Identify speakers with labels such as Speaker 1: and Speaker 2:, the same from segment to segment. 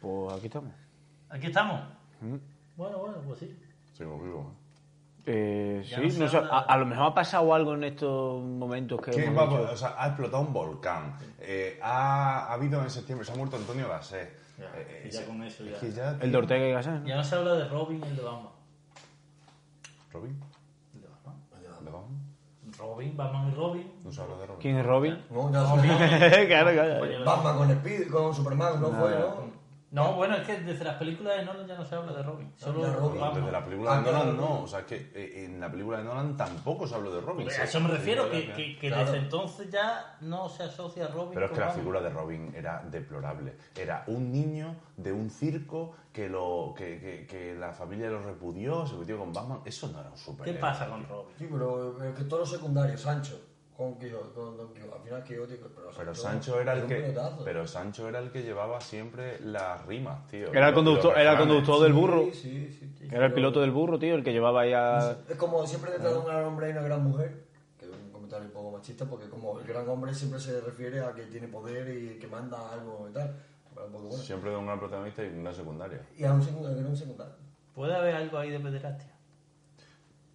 Speaker 1: Pues aquí estamos.
Speaker 2: Aquí estamos.
Speaker 1: Mm.
Speaker 2: Bueno, bueno, pues sí.
Speaker 3: Seguimos vivos.
Speaker 1: Eh,
Speaker 2: Ya
Speaker 1: sí,
Speaker 2: no se
Speaker 1: no sé,
Speaker 2: habla-
Speaker 1: a, a lo mejor ha pasado algo en estos momentos que...
Speaker 3: ¿Qué
Speaker 1: hemos
Speaker 3: va a-
Speaker 1: dicho.
Speaker 3: o sea, ha explotado un volcán. Eh, ha, ha habido en septiembre, se ha muerto Antonio Gasset.
Speaker 2: Ya,
Speaker 3: Eh, eh,
Speaker 2: ya
Speaker 3: se-
Speaker 2: con eso ya.
Speaker 3: es que ya-
Speaker 1: El de Ortega y Gasset, ¿no?
Speaker 2: Ya no se habla de Robin y el de Batman.
Speaker 3: Robin,
Speaker 2: El de Batman.
Speaker 3: ¿le vamos?
Speaker 2: Robin, Batman y Robin.
Speaker 3: No se habla de Robin.
Speaker 1: ¿Quién es Robin?
Speaker 4: No, ya
Speaker 1: claro, claro.
Speaker 2: Compañero de-
Speaker 4: Batman con, Speed, con Superman, no fue, ¿no?
Speaker 2: No, bueno, es que desde las películas de Nolan ya no se habla de Robin. Solo
Speaker 4: de Robin,
Speaker 2: Batman.
Speaker 3: Desde la película
Speaker 4: Ah,
Speaker 3: de Nolan
Speaker 4: claro.
Speaker 3: no, o sea, es que eh, en la película de Nolan tampoco se habló de Robin.
Speaker 2: Hombre,
Speaker 3: Se-
Speaker 2: A eso me refiero, que,
Speaker 3: Pero
Speaker 2: que- que
Speaker 4: Claro.
Speaker 2: desde entonces ya no se asocia a Robin.
Speaker 3: Pero es
Speaker 2: con
Speaker 3: que la
Speaker 2: Batman.
Speaker 3: figura de Robin era deplorable. Era un niño de un circo que lo que, que- que la familia lo repudió, se metió con Batman. Eso no era un
Speaker 2: ¿Qué
Speaker 3: superhéroe.
Speaker 2: pasa con Robin?
Speaker 4: Sí, pero es que todos los secundarios, Sancho, con Quijote, con Don Quijote, al final Quijote, pero,
Speaker 3: Pero Sancho era el
Speaker 4: un
Speaker 3: que
Speaker 4: pelotazo.
Speaker 3: pero Sancho era el que llevaba siempre las rimas, tío.
Speaker 1: Era el
Speaker 3: Los-
Speaker 1: conductor,
Speaker 3: los
Speaker 1: era el
Speaker 3: refranes.
Speaker 1: conductor del burro.
Speaker 4: Sí, sí, sí, sí.
Speaker 1: Era el piloto del burro, tío, el que llevaba ahí a...
Speaker 4: Es como siempre
Speaker 3: Ah.
Speaker 4: detrás de un gran hombre hay una gran mujer, que es un comentario un poco machista, porque como el gran hombre siempre se refiere a que tiene poder y que manda algo y tal. Pero un poco bueno.
Speaker 3: Siempre de un gran protagonista y una secundaria.
Speaker 4: Y a un secundario, era un secundario.
Speaker 2: ¿Puede haber algo ahí de pederastia?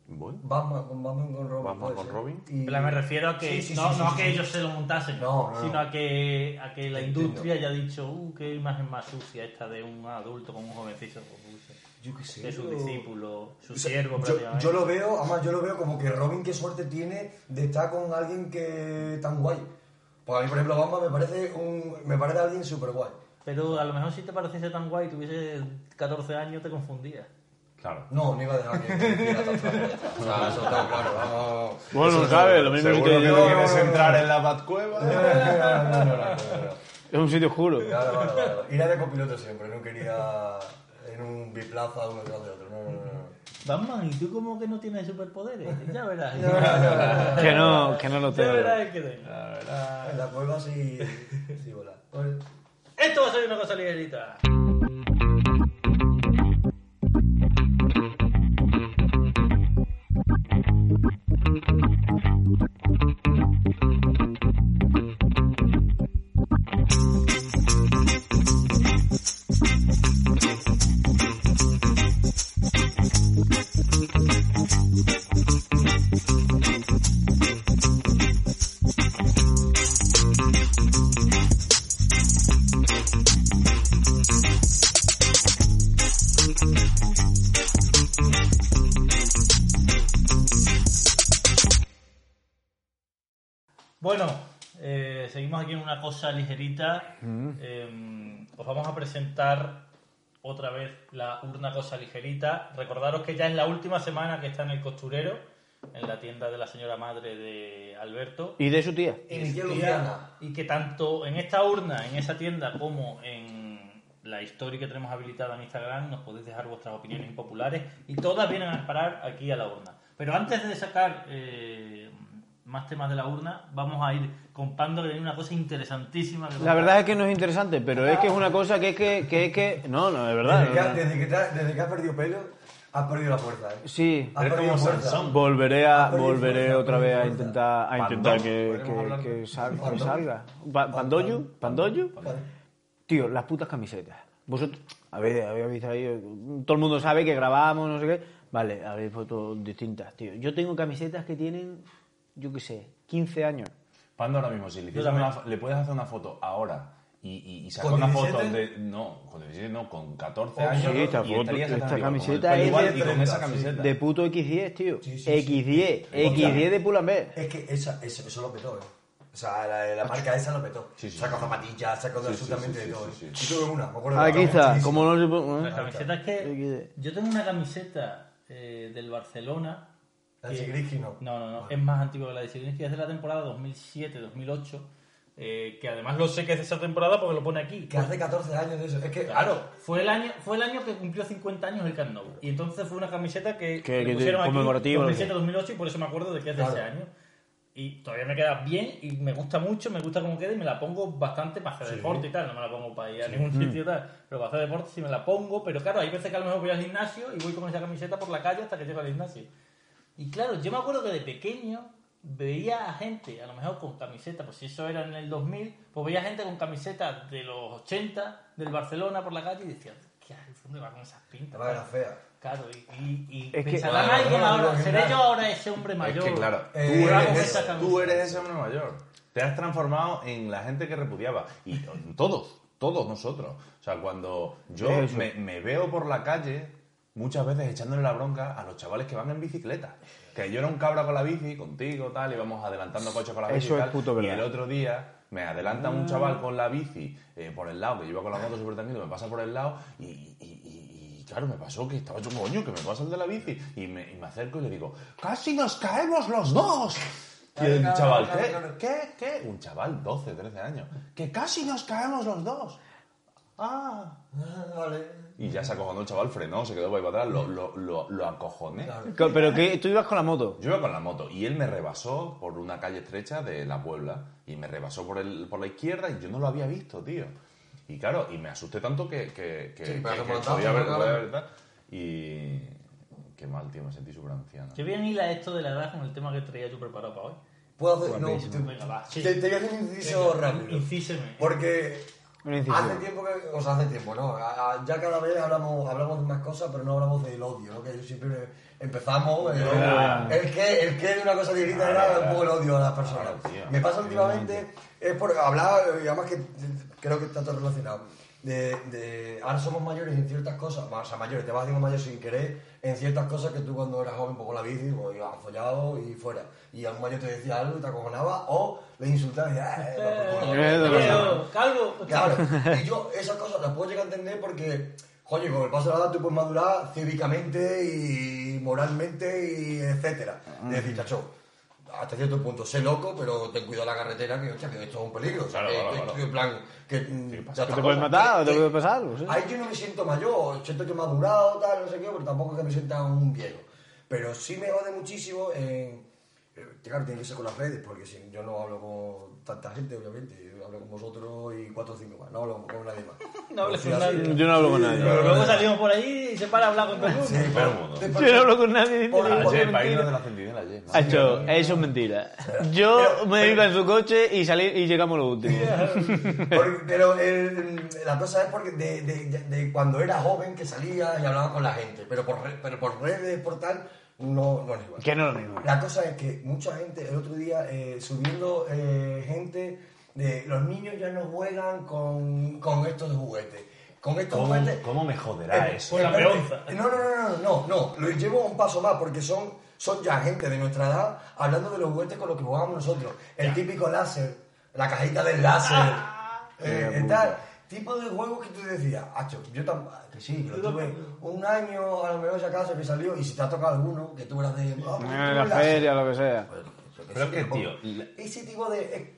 Speaker 3: Bueno,
Speaker 4: Batman con Batman con Robin.
Speaker 3: Batman
Speaker 4: puede
Speaker 3: con
Speaker 4: ser.
Speaker 3: Robin.
Speaker 4: Y-
Speaker 2: Pero me refiero a que
Speaker 4: Sí, sí,
Speaker 2: no,
Speaker 4: sí,
Speaker 2: no
Speaker 4: sí,
Speaker 2: a
Speaker 4: sí,
Speaker 2: que
Speaker 4: sí.
Speaker 2: ellos se lo montasen,
Speaker 4: No, no,
Speaker 2: sino
Speaker 4: no.
Speaker 2: A, que, a que la
Speaker 4: Entiendo.
Speaker 2: industria haya dicho, uh, qué imagen más sucia esta de un adulto con un jovencito.
Speaker 4: Yo qué sé.
Speaker 2: Que es su
Speaker 4: yo-
Speaker 2: discípulo, su
Speaker 4: O sea,
Speaker 2: siervo
Speaker 4: yo,
Speaker 2: prácticamente.
Speaker 4: yo lo veo, además yo lo veo como que Robin qué suerte tiene de estar con alguien que tan guay. Pues a mí, por ejemplo, Batman me parece un me parece alguien súper guay.
Speaker 2: Pero a lo mejor si te pareciese tan guay, tuviese 14 años, te confundías.
Speaker 3: claro.
Speaker 4: No, no iba a dejar que que hiciera tan franqueza. O sea, eso está claro, vamos.
Speaker 1: Bueno, ¿sabes? Lo mismo que
Speaker 3: Seguro
Speaker 1: te
Speaker 3: que no
Speaker 1: digo,
Speaker 3: quieres entrar en la Batcueva.
Speaker 4: No, no, no, no, no, no.
Speaker 1: es un sitio oscuro.
Speaker 4: Vale, vale, vale, vale. Iré de copiloto siempre, no quería en un biplaza uno detrás de otro. No, no, no, no.
Speaker 2: Batman, ¿y tú como que no tienes superpoderes? Ya verás.
Speaker 1: Que no, que no lo
Speaker 2: ya
Speaker 1: tengo.
Speaker 2: verás el que tengo.
Speaker 4: En la cueva sí, sí vola. Pues,
Speaker 2: Esto va a ser una cosa ligerita. Bueno, eh, seguimos aquí en una cosa ligerita.
Speaker 1: Mm.
Speaker 2: Eh, os vamos a presentar otra vez la Una Cosa Ligerita. Recordaros que ya es la última semana que está en el costurero, en la tienda de la señora madre de Alberto.
Speaker 1: ¿Y de su tía?
Speaker 4: y mi tía
Speaker 2: Tía,
Speaker 4: Luciana.
Speaker 2: Y que tanto en esta urna, en esa tienda, como en la historia que tenemos habilitada en Instagram, nos podéis dejar vuestras opiniones impopulares y todas vienen a parar aquí a la urna. Pero antes de sacar eh, más temas de la urna, vamos a ir con Pando que tiene una cosa interesantísima. que
Speaker 1: La
Speaker 2: contar.
Speaker 1: verdad es que no es interesante, pero es que es una cosa que es que... que, es que... No, no, de verdad.
Speaker 4: Desde que,
Speaker 1: no, no.
Speaker 4: desde, que te has- desde que has perdido pelo, has perdido la fuerza, ¿eh?
Speaker 1: Sí,
Speaker 4: Has
Speaker 3: Eres
Speaker 4: perdido
Speaker 3: como
Speaker 4: fuerza.
Speaker 3: Sansón.
Speaker 1: volveré a
Speaker 4: Oye,
Speaker 1: volveré
Speaker 4: fuerza,
Speaker 1: otra vez a
Speaker 4: fuerza.
Speaker 1: intentar a intentar
Speaker 3: Pandoyo,
Speaker 1: que,
Speaker 3: podemos
Speaker 1: que,
Speaker 3: hablar
Speaker 1: que sal- que
Speaker 4: Pandoyo.
Speaker 1: salga. Pa- ¿Pandoyo? ¿Pandoyo? Tío, las putas camisetas. Vosotros, a ver, habéis ahí, todo el mundo sabe que grabamos, no sé qué. Vale, habéis fotos distintas, tío. Yo tengo camisetas que tienen, yo qué sé, 15 años.
Speaker 3: Pando ahora mismo, si le, hicieras una fo- le puedes hacer una foto ahora y, y, y sacar
Speaker 4: ¿Con
Speaker 3: una foto
Speaker 4: 17?
Speaker 3: de. No, con 17 no, con 14
Speaker 4: Oh,
Speaker 3: años.
Speaker 1: sí, esta
Speaker 3: y
Speaker 1: foto-
Speaker 3: estarías
Speaker 1: esta
Speaker 3: tan igual, con el
Speaker 1: camiseta
Speaker 3: pelo
Speaker 1: es
Speaker 3: igual
Speaker 4: de
Speaker 3: y con esa
Speaker 4: 30, sí.
Speaker 3: camiseta.
Speaker 1: De puto X10, tío.
Speaker 4: Sí, sí, sí.
Speaker 1: X10, X10 de Pull&Bear.
Speaker 4: Es que esa, eso, eso lo petó, ¿eh? O sea, la, la marca esa lo petó.
Speaker 3: Sí, sí.
Speaker 4: Sacó zapatillas, sacó de
Speaker 3: Sí, sí,
Speaker 4: absolutamente
Speaker 3: sí,
Speaker 4: de
Speaker 3: sí,
Speaker 4: todo.
Speaker 3: sí,
Speaker 4: ¿eh? Yo tuve una, me acuerdo.
Speaker 1: Aquí está,
Speaker 4: Sí,
Speaker 1: como no se pone-
Speaker 2: Las camisetas que...
Speaker 1: Ahí
Speaker 2: Yo tengo una camiseta eh, del Barcelona.
Speaker 4: La
Speaker 2: que-
Speaker 4: Zigrisky no.
Speaker 2: No, no, em- no. Es más antigua que la de Zielinski. Es de la temporada 2007-2008. eh, que además lo sé que es de esa temporada porque lo pone aquí.
Speaker 4: Que hace 14 años de eso. Es que,
Speaker 2: Claro,
Speaker 4: claro.
Speaker 2: fue el año, fue el año que cumplió 50 años el Camp Nou. Y entonces fue una camiseta que,
Speaker 1: Que-
Speaker 2: le
Speaker 1: que
Speaker 2: pusieron aquí
Speaker 1: conmemorativa, ¿no?
Speaker 2: 2007-2008 y por eso me acuerdo de que es de
Speaker 4: Claro.
Speaker 2: ese año. Y todavía me queda bien y me gusta mucho, me gusta cómo queda y me la pongo bastante para hacer deporte y tal. No me la pongo para ir a ningún
Speaker 1: Mm.
Speaker 2: sitio y tal. Pero para hacer deporte sí me la pongo. Pero claro, hay veces que a lo mejor voy al gimnasio y voy con esa camiseta por la calle hasta que llego al gimnasio. Y claro, yo me acuerdo que de pequeño veía a gente, a lo mejor con camiseta, pues si eso era en el 2000, pues veía gente con camisetas de los 80 del Barcelona por la calle y decía, ¿qué hace? ¿Dónde va con esas pintas?
Speaker 4: Además era fea.
Speaker 2: Claro, y, y, y
Speaker 1: Es que-
Speaker 2: pensarán
Speaker 4: Bueno,
Speaker 2: alguien
Speaker 4: bueno,
Speaker 2: ahora,
Speaker 4: bueno,
Speaker 2: ¿seré
Speaker 4: claro.
Speaker 2: yo ahora ese hombre mayor?
Speaker 3: Es que claro, tú,
Speaker 4: Eh,
Speaker 3: eres
Speaker 4: con
Speaker 3: ese,
Speaker 2: esa
Speaker 3: tú
Speaker 2: camisa.
Speaker 3: eres ese hombre mayor. Te has transformado en la gente que repudiaba. Y todos, todos nosotros. O sea, cuando yo
Speaker 1: Eso.
Speaker 3: me, me veo por la calle, muchas veces echándole la bronca a los chavales que van en bicicleta. Que yo era un cabra con la bici, contigo, tal, íbamos adelantando coches con la bici.
Speaker 1: Eso
Speaker 3: y
Speaker 1: es
Speaker 3: tal,
Speaker 1: puto
Speaker 3: y
Speaker 1: verdad.
Speaker 3: el otro día me adelanta un chaval con la bici eh, por el lado, que yo iba con la moto súper tranquilo, me pasa por el lado y, y- y- y, claro, me pasó que estaba hecho un coño, que me pasa el de la bici. Y me, y me acerco y le digo, ¡casi nos caemos los dos! Y el
Speaker 4: Claro,
Speaker 3: chaval,
Speaker 4: claro,
Speaker 3: ¿qué?
Speaker 4: claro.
Speaker 3: ¿Qué? ¿Qué? Un chaval, 12, 13 años. ¡Que casi nos caemos los dos! ¡Ah!
Speaker 4: Ah, Vale.
Speaker 3: Y ya se acojonó el chaval, frenó, se quedó para ahí para atrás, lo, lo, lo, lo acojoné.
Speaker 4: Claro.
Speaker 1: Co- Pero que tú ibas con la moto.
Speaker 3: Yo iba con la moto y él me rebasó por una calle estrecha de la Puebla y me rebasó por, el, por la izquierda y yo no lo había visto, tío. Y claro, y me asusté tanto que, que, que,
Speaker 4: Sí,
Speaker 3: que-
Speaker 4: pero
Speaker 3: que
Speaker 4: como lo
Speaker 3: podía
Speaker 4: tanto,
Speaker 3: ver,
Speaker 4: claro.
Speaker 3: podía ver tal. Y qué mal, tío, me sentí súper anciano.
Speaker 2: Yo voy a hilar esto de la edad con el tema que traía tú preparado para hoy.
Speaker 1: Eh,
Speaker 4: Puedo hacer. No, te,
Speaker 2: Venga, va, sí.
Speaker 4: te- te voy a hacer un inciso
Speaker 2: Venga,
Speaker 4: rápido.
Speaker 2: incíseme.
Speaker 4: Porque
Speaker 1: Un inciso.
Speaker 4: hace tiempo que. O sea, hace tiempo, ¿no? A- a- Ya cada vez hablamos, hablamos de más cosas, pero no hablamos del odio, ¿no? Que yo siempre empezamos. El, el que, el que de una cosa distinta era un poco el odio a las personas.
Speaker 3: Claro, tío.
Speaker 4: Me pasa últimamente. Es por hablar, eh, y además que eh, creo que está todo relacionado. De, de- ahora somos mayores en ciertas cosas, o sea, mayores, te vas haciendo mayor sin querer en ciertas cosas que tú cuando eras joven, poco la bici, pues ibas follado y fuera. Y algún mayor te decía algo y te acojonaba, o le insultabas y decías, "Eh, va por culo".
Speaker 1: Eh, de
Speaker 2: Pero,
Speaker 1: verdad.
Speaker 2: calvo.
Speaker 4: Claro, y yo esas cosas las puedo llegar a entender porque, coño, con el paso de la edad tú puedes madurar cívicamente y moralmente y etcétera. Es decir, chacho, hasta cierto punto sé loco, pero ten cuidado en la carretera que, hostia, que esto es un peligro. O sea,
Speaker 3: Claro,
Speaker 4: que,
Speaker 3: claro,
Speaker 4: que
Speaker 3: claro.
Speaker 4: estoy en plan, que, mm, ya
Speaker 1: Que
Speaker 4: estas
Speaker 1: te puedes
Speaker 4: cosas-
Speaker 1: matar o te
Speaker 4: que-
Speaker 1: puede pasar algo, sí.
Speaker 4: Ahí yo no me siento mayor, siento que he madurado, tal, no sé qué, pero tampoco es que me sienta un viejo. Pero sí me jode muchísimo en... eh, Claro, tiene que ser con las redes, porque si yo no hablo con tanta gente, obviamente, yo hablo con vosotros y cuatro o cinco más, no hablo con nadie más.
Speaker 2: No hablas
Speaker 4: Sí,
Speaker 2: con
Speaker 4: así.
Speaker 2: nadie.
Speaker 1: Yo no hablo con nadie.
Speaker 2: Pero luego salimos por allí y se para a hablar con todo el mundo.
Speaker 4: Sí,
Speaker 3: Pero
Speaker 4: pero-
Speaker 3: bueno.
Speaker 4: te-
Speaker 1: Yo no hablo con nadie.
Speaker 4: Por el-
Speaker 3: Ayer,
Speaker 4: Mentira.
Speaker 3: para irnos de la centinela ayer. ¿no?
Speaker 1: Hacho, eso es mentira. Yo me
Speaker 4: pero-
Speaker 1: iba en su coche y salí y llegamos los últimos.
Speaker 4: Porque- pero el- la cosa es porque de, de- de- de cuando era joven que salía y hablaba con la gente, pero por, re- pero por redes, por tal, no, no es igual.
Speaker 1: Que no es lo mismo.
Speaker 4: La cosa es que mucha gente, el otro día, eh, subiendo eh, gente, de, los niños ya no juegan con, con estos juguetes. Con estos
Speaker 3: ¿Cómo,
Speaker 4: juguetes...
Speaker 3: cómo me joderá
Speaker 4: Eh,
Speaker 3: eso?
Speaker 2: Con la
Speaker 4: espérate.
Speaker 2: peonza.
Speaker 4: No, no, no, no, no, no, lo llevo un paso más porque son, son ya gente de nuestra edad hablando de los juguetes con los que jugábamos nosotros. El típico láser, la cajita del láser, eh, tal. Tipo de juegos que tú decías, hacho, yo también, que sí, que lo tuve un año, a lo mejor si acaso que salió, y si te ha tocado alguno, que tú eras de. "Ah, pues,
Speaker 1: En
Speaker 4: tuve
Speaker 1: Eh, la
Speaker 4: láser".
Speaker 1: feria, lo que sea.
Speaker 4: Bueno, yo qué
Speaker 3: Pero
Speaker 4: sé,
Speaker 3: que,
Speaker 4: como-
Speaker 3: tío,
Speaker 4: Ese tipo de. es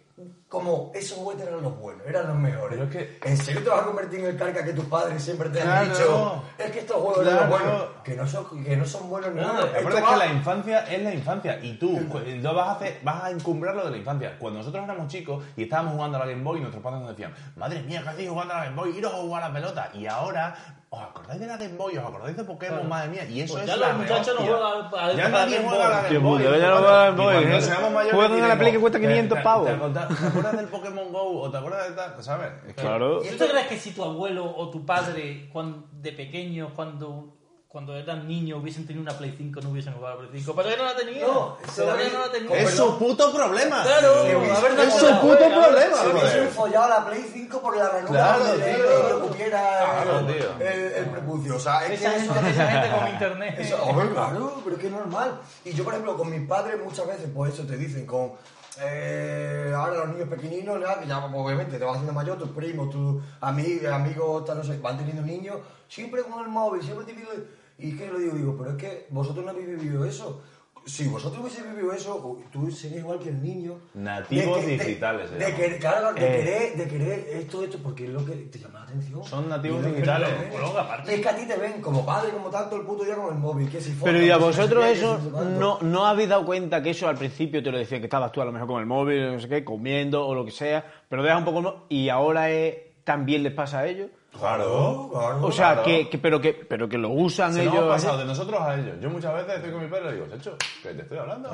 Speaker 4: como esos juguetes eran los buenos, eran los mejores.
Speaker 3: Pero es que-
Speaker 4: ¿En serio te vas a convertir en el carca que tus padres siempre te
Speaker 3: Claro.
Speaker 4: han dicho? Es que estos juegos eran
Speaker 3: Claro.
Speaker 4: los buenos. Que no son, que no son buenos
Speaker 3: No,
Speaker 4: nada.
Speaker 3: no, la
Speaker 4: Esto
Speaker 3: verdad es
Speaker 4: va-
Speaker 3: que la infancia es la infancia y tú pues, no vas a, hacer, vas a encumbrar lo de la infancia. Cuando nosotros éramos chicos y estábamos jugando a la Game Boy, nuestros padres nos decían, madre mía, ¿qué hacéis jugando a la Game Boy? Iros a jugar a la pelota. Y ahora, ¿os acordáis de la Game Boy? ¿Os acordáis de Pokémon?
Speaker 2: Claro.
Speaker 3: Madre mía, y eso
Speaker 2: Pues
Speaker 3: es
Speaker 2: ya
Speaker 3: la
Speaker 2: los muchachos no
Speaker 3: rehostia.
Speaker 2: juegan al- al-
Speaker 3: Ya
Speaker 2: a la
Speaker 3: nadie
Speaker 2: Game
Speaker 3: juega a la
Speaker 2: Boy.
Speaker 3: Game
Speaker 1: Tío,
Speaker 3: Boy.
Speaker 1: puta, ya no juega a la Game
Speaker 3: Y
Speaker 1: Boy.
Speaker 3: cuando seamos mayores
Speaker 1: Juegan a la
Speaker 3: diremos,
Speaker 1: Play que cuesta 500
Speaker 3: "Te- te-
Speaker 1: pavos".
Speaker 3: ¿Te acordás- te acuerdas del Pokémon GO? ¿O te acuerdas de tal? ¿Sabes? Es que-
Speaker 1: Claro.
Speaker 2: ¿Y tú crees que si tu abuelo o tu padre cuando, de pequeños, cuando, cuando eran niños, hubiesen tenido una Play 5, no hubiesen jugado a la Play 5? ¿Para qué no la tenían?
Speaker 4: No, se la
Speaker 2: ¿Para qué
Speaker 4: vi-
Speaker 2: no la tenían?
Speaker 4: con-
Speaker 3: Es su puto problema.
Speaker 2: Claro,
Speaker 3: tío.
Speaker 2: a ver,
Speaker 3: es su
Speaker 2: no,
Speaker 3: puto
Speaker 2: venga,
Speaker 3: problema,
Speaker 4: Si hubiese
Speaker 3: joder.
Speaker 4: follado la Play 5 por la ranura
Speaker 3: Claro,
Speaker 4: donde
Speaker 3: tío.
Speaker 4: le- le cupiera
Speaker 3: Claro,
Speaker 4: el,
Speaker 3: tío.
Speaker 4: el- el prepucio. O sea, es que
Speaker 2: Esa
Speaker 4: eso-
Speaker 2: gente, esa gente con internet.
Speaker 4: Eso, hombre, claro, pero es que es normal. Y yo, por ejemplo, con mis padres muchas veces, pues eso te dicen, con eh, ahora los niños pequeñinos, nada, que ya pues, obviamente te vas haciendo mayor, tus primos, tus amigos, amigos, tal, no sé, van teniendo niños, siempre con el móvil, siempre típico. Y es que yo le digo, digo, pero es que vosotros no habéis vivido eso. Si vosotros hubiese vivido eso, tú serías igual que el niño.
Speaker 3: Nativos
Speaker 4: De que- de-
Speaker 3: digitales se
Speaker 4: De,
Speaker 3: llaman.
Speaker 4: querer, claro, de,
Speaker 1: Eh.
Speaker 4: querer, de querer esto, esto, porque es lo que te llama la atención.
Speaker 3: Son nativos
Speaker 4: Y lo que- ¿eh?
Speaker 3: digitales.
Speaker 2: Luego, aparte,
Speaker 4: es que a ti te ven como padre, como tanto el puto día con el móvil. Que si fotos,
Speaker 1: Pero y a
Speaker 4: que si
Speaker 1: vosotros
Speaker 4: sé qué, que
Speaker 1: eso,
Speaker 4: si sé cuánto.
Speaker 1: no, ¿no habéis dado cuenta que eso al principio te lo decían que estabas tú a lo mejor con el móvil, no sé qué, comiendo o lo que sea, pero dejas un poco el mo- y ahora es, también les pasa a ellos?
Speaker 3: Claro, claro.
Speaker 1: O sea,
Speaker 3: claro.
Speaker 1: que, que- pero, que, pero que lo usan
Speaker 3: Se nos
Speaker 1: ellos.
Speaker 3: ha pasado de nosotros a ellos. Yo muchas veces estoy con mi padre y le digo, Secho, que te estoy hablando.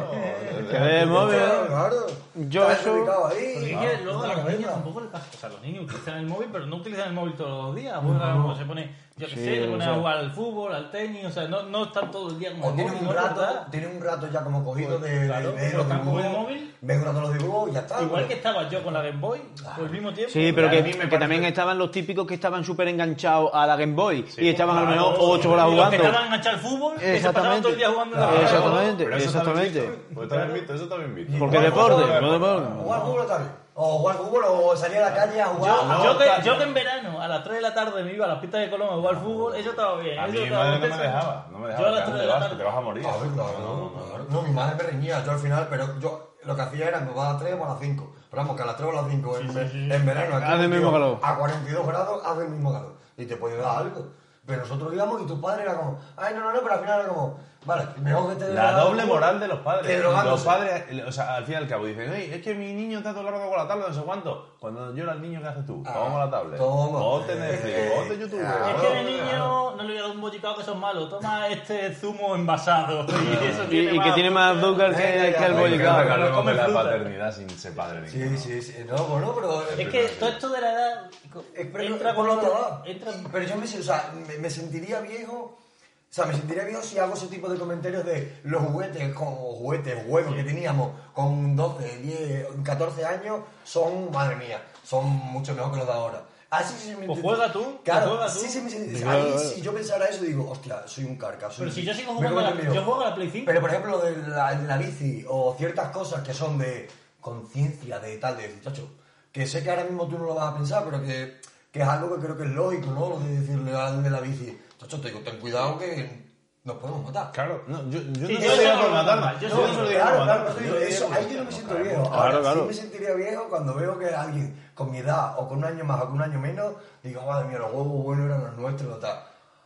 Speaker 1: que de móvil.
Speaker 4: Claro, claro.
Speaker 1: Yo
Speaker 4: Estás
Speaker 1: eso-
Speaker 4: ubicado
Speaker 2: Porque
Speaker 4: ahí.
Speaker 2: es que luego a los niños
Speaker 4: cabeza.
Speaker 2: tampoco les pasa. O sea, los niños utilizan el móvil, pero no utilizan el móvil todos los días. Juegan, o se pone, yo qué
Speaker 1: Sí,
Speaker 2: sé, se pone
Speaker 1: o
Speaker 2: a
Speaker 1: sea.
Speaker 2: jugar al fútbol, al tenis, o sea, no, no están todo el día con
Speaker 4: O
Speaker 2: el
Speaker 4: tienen
Speaker 2: móvil,
Speaker 4: un
Speaker 2: ¿no?
Speaker 4: rato,
Speaker 2: ¿Verdad? Pues,
Speaker 4: tienen un rato ya como cogido de, de
Speaker 2: claro,
Speaker 4: ver
Speaker 2: pero
Speaker 4: los
Speaker 2: tan
Speaker 4: dibujos,
Speaker 2: con el móvil.
Speaker 4: ves un rato los dibujos y ya está.
Speaker 2: Igual que
Speaker 4: pero-
Speaker 2: estaba yo con la Game Boy, por el mismo tiempo.
Speaker 1: Sí, pero
Speaker 3: a
Speaker 1: que,
Speaker 3: mí me
Speaker 1: que
Speaker 3: parece-
Speaker 1: también estaban los típicos que estaban súper enganchados a la Game Boy y estaban a lo
Speaker 3: claro,
Speaker 1: mejor 8 horas
Speaker 2: Y los que
Speaker 1: jugando.
Speaker 2: estaban enganchados al fútbol, que se pasaban todo el día jugando en la
Speaker 1: Claro.
Speaker 2: Game Boy.
Speaker 1: Exactamente,
Speaker 3: Pero eso también
Speaker 1: exactamente.
Speaker 3: visto, Pues también visto, eso también visto.
Speaker 1: Porque
Speaker 4: Jugar
Speaker 1: deporte,
Speaker 4: fútbol,
Speaker 1: no deporte.
Speaker 4: Jugar fútbol está bien. O jugar fútbol o salir a la calle a jugar.
Speaker 2: Yo,
Speaker 3: No,
Speaker 2: yo que,
Speaker 3: tal.
Speaker 2: yo que en verano a las 3 de la tarde me iba a las pistas de Colón a jugar al fútbol, eso estaba bien.
Speaker 3: A
Speaker 2: eso
Speaker 3: mí mi
Speaker 2: estaba
Speaker 3: madre no me
Speaker 2: bien.
Speaker 3: dejaba, no me dejaba.
Speaker 2: Yo a las
Speaker 3: que
Speaker 2: 3
Speaker 3: te
Speaker 2: de la
Speaker 3: vas, que te
Speaker 2: tarde.
Speaker 3: vas a morir.
Speaker 4: A ver, claro, no, no, no, mi madre me reñía yo al final, pero yo lo que hacía era me va a las 3 o a las 5. Pero vamos, que a las 3 o a las 5 en, en verano aquí,
Speaker 1: Hace el mismo
Speaker 4: tío,
Speaker 1: calor.
Speaker 4: a 42 grados hace el mismo calor. Y te puede dar algo. Pero nosotros íbamos y tu padre era como, ay, no, no, no, pero al final era como, vale, mejor que te dé
Speaker 3: La doble
Speaker 4: algo
Speaker 3: moral de los padres.
Speaker 4: Que drogándose.
Speaker 3: los padres, o sea, al fin y al cabo dicen, "Ey, es que mi niño está todo el rato con la tablet, no sé cuánto. Cuando yo era el niño, ¿qué haces tú?
Speaker 4: Ah,
Speaker 3: Vamos a la tablet.
Speaker 4: toma.
Speaker 3: Ponte Netflix,
Speaker 4: Eh,
Speaker 3: ponte YouTube.
Speaker 4: ah,
Speaker 2: Es
Speaker 3: ponte-
Speaker 2: que de niño no le voy a dar un boticado que son malos. Toma este zumo envasado. Y, eso
Speaker 1: Y,
Speaker 2: tiene
Speaker 1: y que tiene más azúcar
Speaker 4: Eh,
Speaker 1: que,
Speaker 4: ya,
Speaker 1: que el
Speaker 4: ya,
Speaker 3: Me
Speaker 1: bollicao.
Speaker 3: encanta que
Speaker 2: no
Speaker 3: hablemos
Speaker 2: come
Speaker 3: de la
Speaker 2: fruta.
Speaker 3: paternidad sin ser padre ninguno.
Speaker 4: Sí, sí, sí, no, bueno, pero...
Speaker 2: Es que todo esto de la edad
Speaker 4: Es- pero-
Speaker 2: entra con
Speaker 4: por la
Speaker 2: otro
Speaker 4: otra edad.
Speaker 2: entra-
Speaker 4: Pero yo me, o sea, me, me sentiría viejo. O sea, me sentiría viejo si hago ese tipo de comentarios de los juguetes, como juguetes, huevos que teníamos con 12, 10, 14 años, son, madre mía, son mucho mejor que los de ahora. Así sí me
Speaker 2: Pues
Speaker 4: sentiría-
Speaker 2: juega tú,
Speaker 4: Claro,
Speaker 2: pues juega tú.
Speaker 4: sí, sí me sentiría-
Speaker 1: Claro,
Speaker 4: ahí
Speaker 1: claro.
Speaker 4: si yo pensara eso digo, hostia, soy un carca. soy
Speaker 2: Pero
Speaker 4: un-
Speaker 2: si yo sigo
Speaker 4: me
Speaker 2: jugando a la-
Speaker 4: coño mío.
Speaker 2: yo juego a la Play 5.
Speaker 4: Pero por ejemplo, de la, de la bici o ciertas cosas que son de conciencia, de tal, de muchacho, que sé que ahora mismo tú no lo vas a pensar, pero que, que es algo que creo que es lógico, ¿no? Lo de decirle al de la bici, chacho, te digo, ten cuidado que nos podemos matar.
Speaker 3: Claro, no, yo, yo
Speaker 2: Sí, yo
Speaker 3: no soy
Speaker 2: soy
Speaker 3: por
Speaker 2: algo normal,
Speaker 3: matarnos.
Speaker 2: yo
Speaker 3: Yo
Speaker 2: soy
Speaker 3: no
Speaker 2: algo
Speaker 3: soy
Speaker 4: Claro,
Speaker 3: por
Speaker 4: claro,
Speaker 3: matarnos.
Speaker 4: pero eso, ahí yo no me siento viejo. Ahora,
Speaker 1: Claro, claro.
Speaker 4: Sí me sentiría viejo cuando veo que alguien con mi edad o con un año más o con un año menos, digo, madre mía, los huevos buenos eran los nuestros, tal.